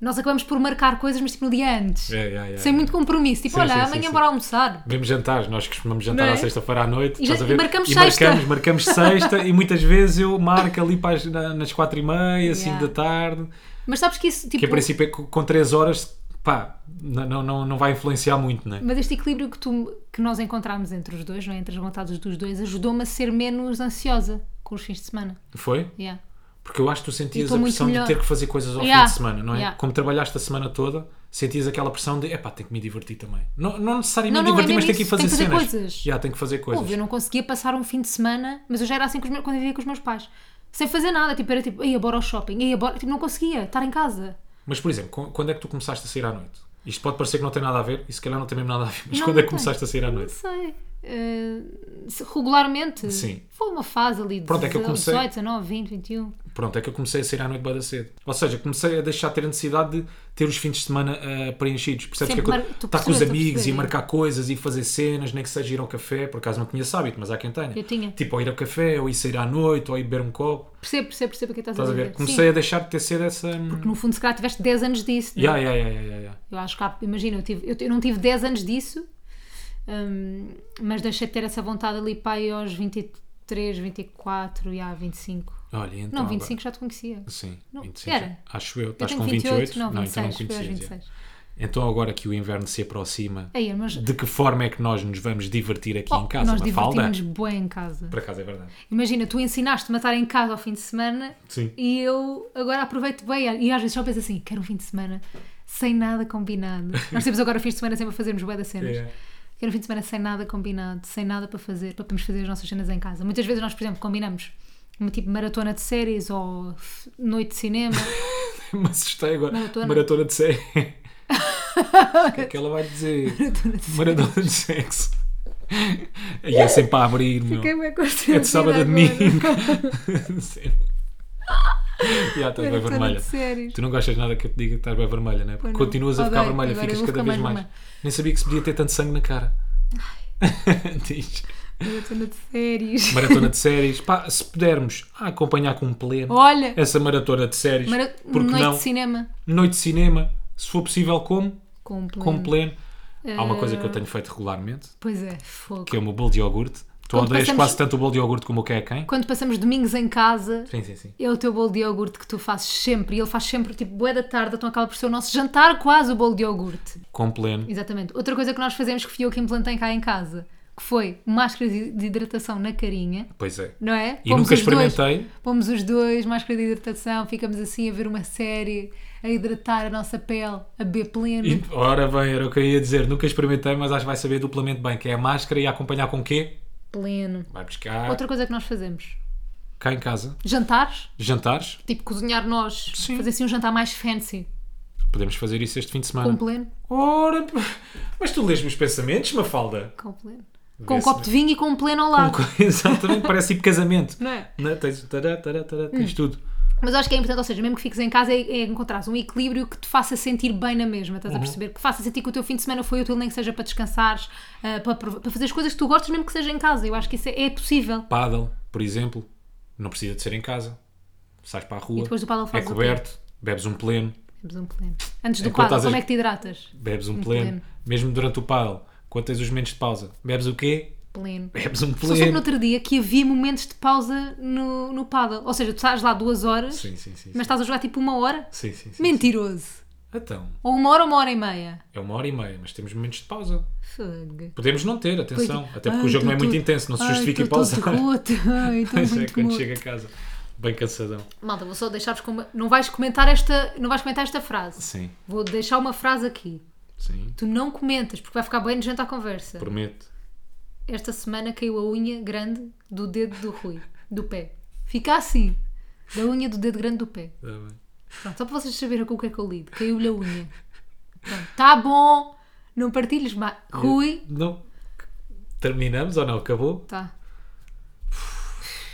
S1: nós acabamos por marcar coisas, mas tipo no dia antes.
S2: É, é, é,
S1: sem
S2: é.
S1: muito compromisso. Tipo,
S2: Sim,
S1: olha,
S2: sim, sim,
S1: amanhã
S2: sim.
S1: bora almoçar.
S2: Mesmo jantares, nós costumamos jantar
S1: Não é?
S2: à sexta-feira à noite,
S1: E já-
S2: estás a ver?
S1: e marcamos
S2: e
S1: sexta.
S2: marcamos, marcamos sexta e muitas vezes eu marco ali para as- na- nas quatro e meia, cinco
S1: Yeah.
S2: da tarde,
S1: Mas sabes que isso, tipo,
S2: que a princípio é co- com três horas, pá, não, não, não, não vai influenciar muito, não é?
S1: Mas este equilíbrio que, tu, que nós encontramos entre os dois, não é? entre as vontades dos dois, ajudou-me a ser menos ansiosa com os fins de semana.
S2: Foi?
S1: Yeah.
S2: Porque eu acho que tu
S1: Eu
S2: sentias
S1: tô
S2: a
S1: muito
S2: pressão
S1: melhor.
S2: de ter que fazer coisas ao
S1: Yeah.
S2: fim de semana, não é?
S1: Yeah.
S2: Como trabalhaste a semana toda, sentias aquela pressão de, epá, tenho que me divertir também. Não, não
S1: Não,
S2: necessariamente
S1: não, é
S2: divertir, mas
S1: mesmo
S2: tenho que ir
S1: isso.
S2: fazer,
S1: Tenho que fazer
S2: cenas.
S1: coisas.
S2: Já, tenho que fazer coisas.
S1: Houve, eu não conseguia passar um fim de semana, mas eu já era assim com os meus, quando eu vivia com os meus pais. Sem fazer nada, tipo, era tipo, ia bora ao shopping, ia bora, tipo, não conseguia estar em casa.
S2: Mas, por exemplo, qu- quando é que tu começaste a sair à noite? Isto pode parecer que não tem nada a ver, e se calhar não tem mesmo nada a ver, mas
S1: Não,
S2: quando
S1: não
S2: é que
S1: tem.
S2: começaste a sair à
S1: Não
S2: noite?
S1: sei. eh, se- regularmente.
S2: Sim.
S1: Foi uma fase ali de
S2: Pronto, é que eu
S1: 18,
S2: comecei-
S1: 19, 20, 21.
S2: Pronto, é que eu comecei a sair à noite bem da cedo. Ou seja, comecei a deixar de ter a necessidade de ter os fins de semana ah, preenchidos. Percebes
S1: Sempre
S2: que é
S1: mar-
S2: coisa-
S1: tu
S2: estar com os
S1: percebes, eu
S2: amigos e
S1: percebi.
S2: marcar coisas e fazer cenas, nem que seja ir ao café, por acaso não tinha esse hábito, mas há quem tenha.
S1: Eu tinha.
S2: Tipo, ou ir ao café, ou ir sair à noite, ou ir beber um copo.
S1: Percebo, percebo, percebo o que é que estás,
S2: Estás a ver? Comecei a deixar de ter cedo essa. hum,
S1: Sim. No fundo, se calhar tiveste 10 anos disso. não é?
S2: Ya, ya, ya, ya, ya, ya.
S1: Eu acho que há, imagina, eu, tive- eu te- eu não tive 10 anos disso, hum, mas deixei de ter essa vontade ali para aí aos 23, 24 e há 25.
S2: Olha, e então.
S1: Não,
S2: agora-
S1: 25 já te conhecia.
S2: Sim,
S1: Não,
S2: 25.
S1: era.
S2: Acho eu.
S1: Eu
S2: Estás
S1: tenho
S2: com
S1: 28,
S2: 28?
S1: não, 26,
S2: então não
S1: foi aos
S2: conhecias. ya.
S1: 26.
S2: Então agora que o inverno se aproxima,
S1: Aí, mas
S2: de que forma é que nós nos vamos divertir aqui
S1: Oh,
S2: é. em casa?
S1: nós
S2: Uma falda?
S1: divertimos bem em casa.
S2: Por acaso é verdade.
S1: Imagina, tu ensinaste-me a estar em casa ao fim de semana
S2: Sim.
S1: e eu agora aproveito bem. E às vezes só penso assim, quero um fim de semana sem nada combinado. Nós temos agora o fim de semana sempre a fazermos bué das cenas.
S2: É.
S1: Quero um fim de semana sem nada combinado, sem nada para fazer, para podermos fazer as nossas cenas em casa. Muitas vezes nós, por exemplo, combinamos uma tipo maratona de séries ou f- noite de cinema.
S2: Me assustei agora.
S1: Maratona.
S2: Maratona de sexo. O que é que ela vai dizer? Maratona de sexo. E é sempre a abrir, meu.
S1: Fiquei bem
S2: É de sábado a domingo. É Sim. Já estás bem
S1: Maratona
S2: vermelha.
S1: de séries.
S2: Tu não gostas nada que eu te diga que estás bem vermelha, né? Porque
S1: Pois não.
S2: continuas a ficar
S1: Odeio.
S2: vermelha,
S1: Agora eu
S2: ficas
S1: vou
S2: cada
S1: ficar
S2: vez
S1: mais
S2: mais. Nem sabia que se podia ter tanto sangue na cara. Diz.
S1: Maratona de séries.
S2: Maratona de séries. Pá, se pudermos ah, acompanhar com um pleno
S1: Olha,
S2: essa maratona de séries,
S1: Oh. mara-
S2: porque
S1: noite
S2: não?
S1: de cinema.
S2: Noite de cinema, se for possível, como?
S1: Com pleno.
S2: Com pleno. Há uma coisa que
S1: Eh.
S2: eu tenho feito regularmente,
S1: Pois é, fogo.
S2: que é o meu bolo de iogurte. Tu
S1: Quando
S2: odeias
S1: passamos-
S2: quase tanto o bolo de iogurte como o que é quem?
S1: Quando passamos domingos em casa,
S2: Sim, sim, sim.
S1: é o teu bolo de iogurte que tu fazes sempre. E ele faz sempre, tipo, bué da tarde, então acaba por ser o nosso jantar quase o bolo de iogurte.
S2: Com pleno.
S1: Exatamente. Outra coisa que nós fazemos que fui eu que implantei cá em casa, que foi máscara de de hidratação na carinha,
S2: Pois é.
S1: não é?
S2: E nunca
S1: os dois-
S2: experimentei.
S1: pomos os dois, máscara de hidratação, ficamos assim a ver uma série, a hidratar a nossa pele, a beber pleno.
S2: E, ora bem, era o que eu ia dizer. Nunca experimentei, mas acho que vai saber duplamente bem. Que é a máscara e a acompanhar com o quê?
S1: Pleno.
S2: Vai buscar
S1: Outra coisa que nós fazemos,
S2: cá em casa.
S1: jantares,
S2: Jantares.
S1: tipo cozinhar nós,
S2: Sim.
S1: fazer assim um jantar mais fancy,
S2: Podemos fazer isso este fim de
S1: com
S2: semana.
S1: pleno.
S2: Ora, p- mas tu lês-me os pensamentos, Mafalda.
S1: Com pleno. Com um
S2: Vê-se
S1: copo de vinho e com um pleno ao lado.
S2: Exatamente, parece tipo casamento.
S1: Não é? Hum.
S2: Não, tens, tará, tará, tará, tens tudo.
S1: Mas acho que é importante, ou seja, mesmo que fiques em casa, é, é encontrares um equilíbrio que te faça sentir bem na mesma, estás
S2: Uhum.
S1: a perceber? Que faça sentir que o teu fim de semana foi útil, nem que seja para descansares, ah, para, prov- para fazer as coisas que tu gostas, mesmo que seja em casa. Eu acho que isso é, é possível.
S2: Paddle, por exemplo, não precisa de ser em casa. Sais para a rua,
S1: E depois do paddle
S2: é
S1: fazes o quê?
S2: coberto, bebes um pleno,
S1: Temos um pleno. Antes do
S2: Enquanto
S1: quadro,
S2: estás a-
S1: como é que te hidratas?
S2: bebes um,
S1: Um
S2: pleno.
S1: pleno.
S2: mesmo durante o paddle, quando tens os momentos de pausa, bebes o quê?
S1: Pleno.
S2: Bebes um
S1: Só soube no
S2: pleno.
S1: outro dia que havia momentos de pausa no, no paddle. Ou seja, tu estás lá duas horas,
S2: Sim, sim, sim.
S1: mas estás a jogar tipo uma hora.
S2: sim, sim, sim.
S1: Mentiroso.
S2: Então,
S1: Ou uma hora ou uma hora e meia.
S2: é uma hora e meia, mas temos momentos de pausa.
S1: Fogo.
S2: Podemos não ter, atenção,
S1: Pois- tipo,
S2: até porque o
S1: Ai,
S2: jogo não é
S1: tô
S2: muito
S1: todo-
S2: intenso, não se
S1: Ai,
S2: justifica em
S1: tô todo
S2: pausar.
S1: roto. Ai, tô
S2: Pois é,
S1: muito
S2: quando
S1: morto.
S2: chega a casa, bem cansadão.
S1: Malta, vou só deixar-vos com uma... Não vais comentar esta, não vais comentar esta frase.
S2: Sim,
S1: Vou deixar uma frase aqui.
S2: sim,
S1: Tu não comentas, porque vai ficar bem nojento à conversa.
S2: prometo.
S1: Esta semana caiu a unha grande do dedo do Rui, do pé. Fica assim. Da unha do dedo grande do pé.
S2: Tá bem.
S1: Pronto, só para vocês saberem com o que é que eu lido. Caiu-lhe a unha. Pronto, tá bom. Não partilhes mais. Rui.
S2: Não. Terminamos ou não? Acabou?
S1: Tá.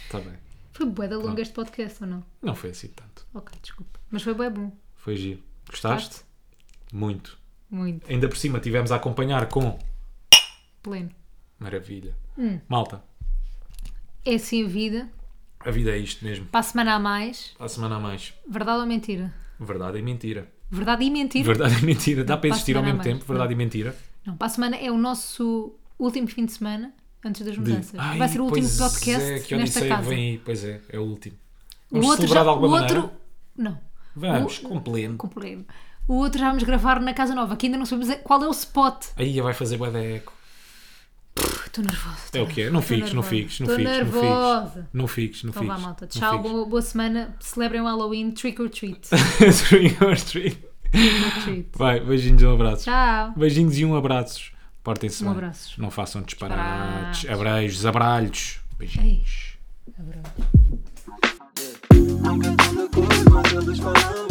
S2: Está bem.
S1: Foi bué da longa este podcast ou não?
S2: Não foi assim tanto.
S1: Ok, desculpa. Mas foi bué bom.
S2: Foi giro. Gostaste? Muito.
S1: Muito.
S2: Ainda por cima tivemos a acompanhar com.
S1: Pleno.
S2: Maravilha.
S1: Hum.
S2: Malta,
S1: É assim a vida.
S2: a vida é isto mesmo.
S1: Para a semana a mais.
S2: À semana a mais.
S1: Verdade ou mentira?
S2: Verdade e mentira.
S1: Verdade e mentira.
S2: Verdade e mentira. Dá para
S1: para a
S2: existir ao
S1: semana
S2: mesmo
S1: a mais. Hum.
S2: tempo. Verdade e mentira.
S1: Não, para a semana é o nosso último fim de semana antes das
S2: De-
S1: mudanças.
S2: Ai,
S1: Vai ser o último
S2: pois
S1: podcast
S2: é, que
S1: nesta
S2: odisseia
S1: casa.
S2: Vem aí. Pois é, é o último.
S1: O
S2: Vamos celebrar de alguma
S1: o outro...
S2: maneira.
S1: Não,
S2: Vamos,
S1: o-
S2: com pleno.
S1: com problema. O outro já vamos gravar na casa nova, que ainda não sabemos qual é o spot.
S2: Aí vai fazer bué da eco.
S1: Estou nervosa.
S2: É o quê? Não fiques, não fiques, não
S1: Estou
S2: fiques, não
S1: nervosa.
S2: fiques. Não fiques, não
S1: Então
S2: fiques.
S1: vá, malta. Tchau, boa, boa semana. Celebrem o Halloween. Trick or treat.
S2: Street or street.
S1: Treat.
S2: Vai, beijinhos e um abraço.
S1: Tchau.
S2: Beijinhos e um abraços. Portem-se
S1: Um
S2: bem.
S1: abraços.
S2: Não façam disparates, abrejos, abralhos. Beijinhos.
S1: Ei.
S3: Nunca tanta cor, mas eles falam é é Então,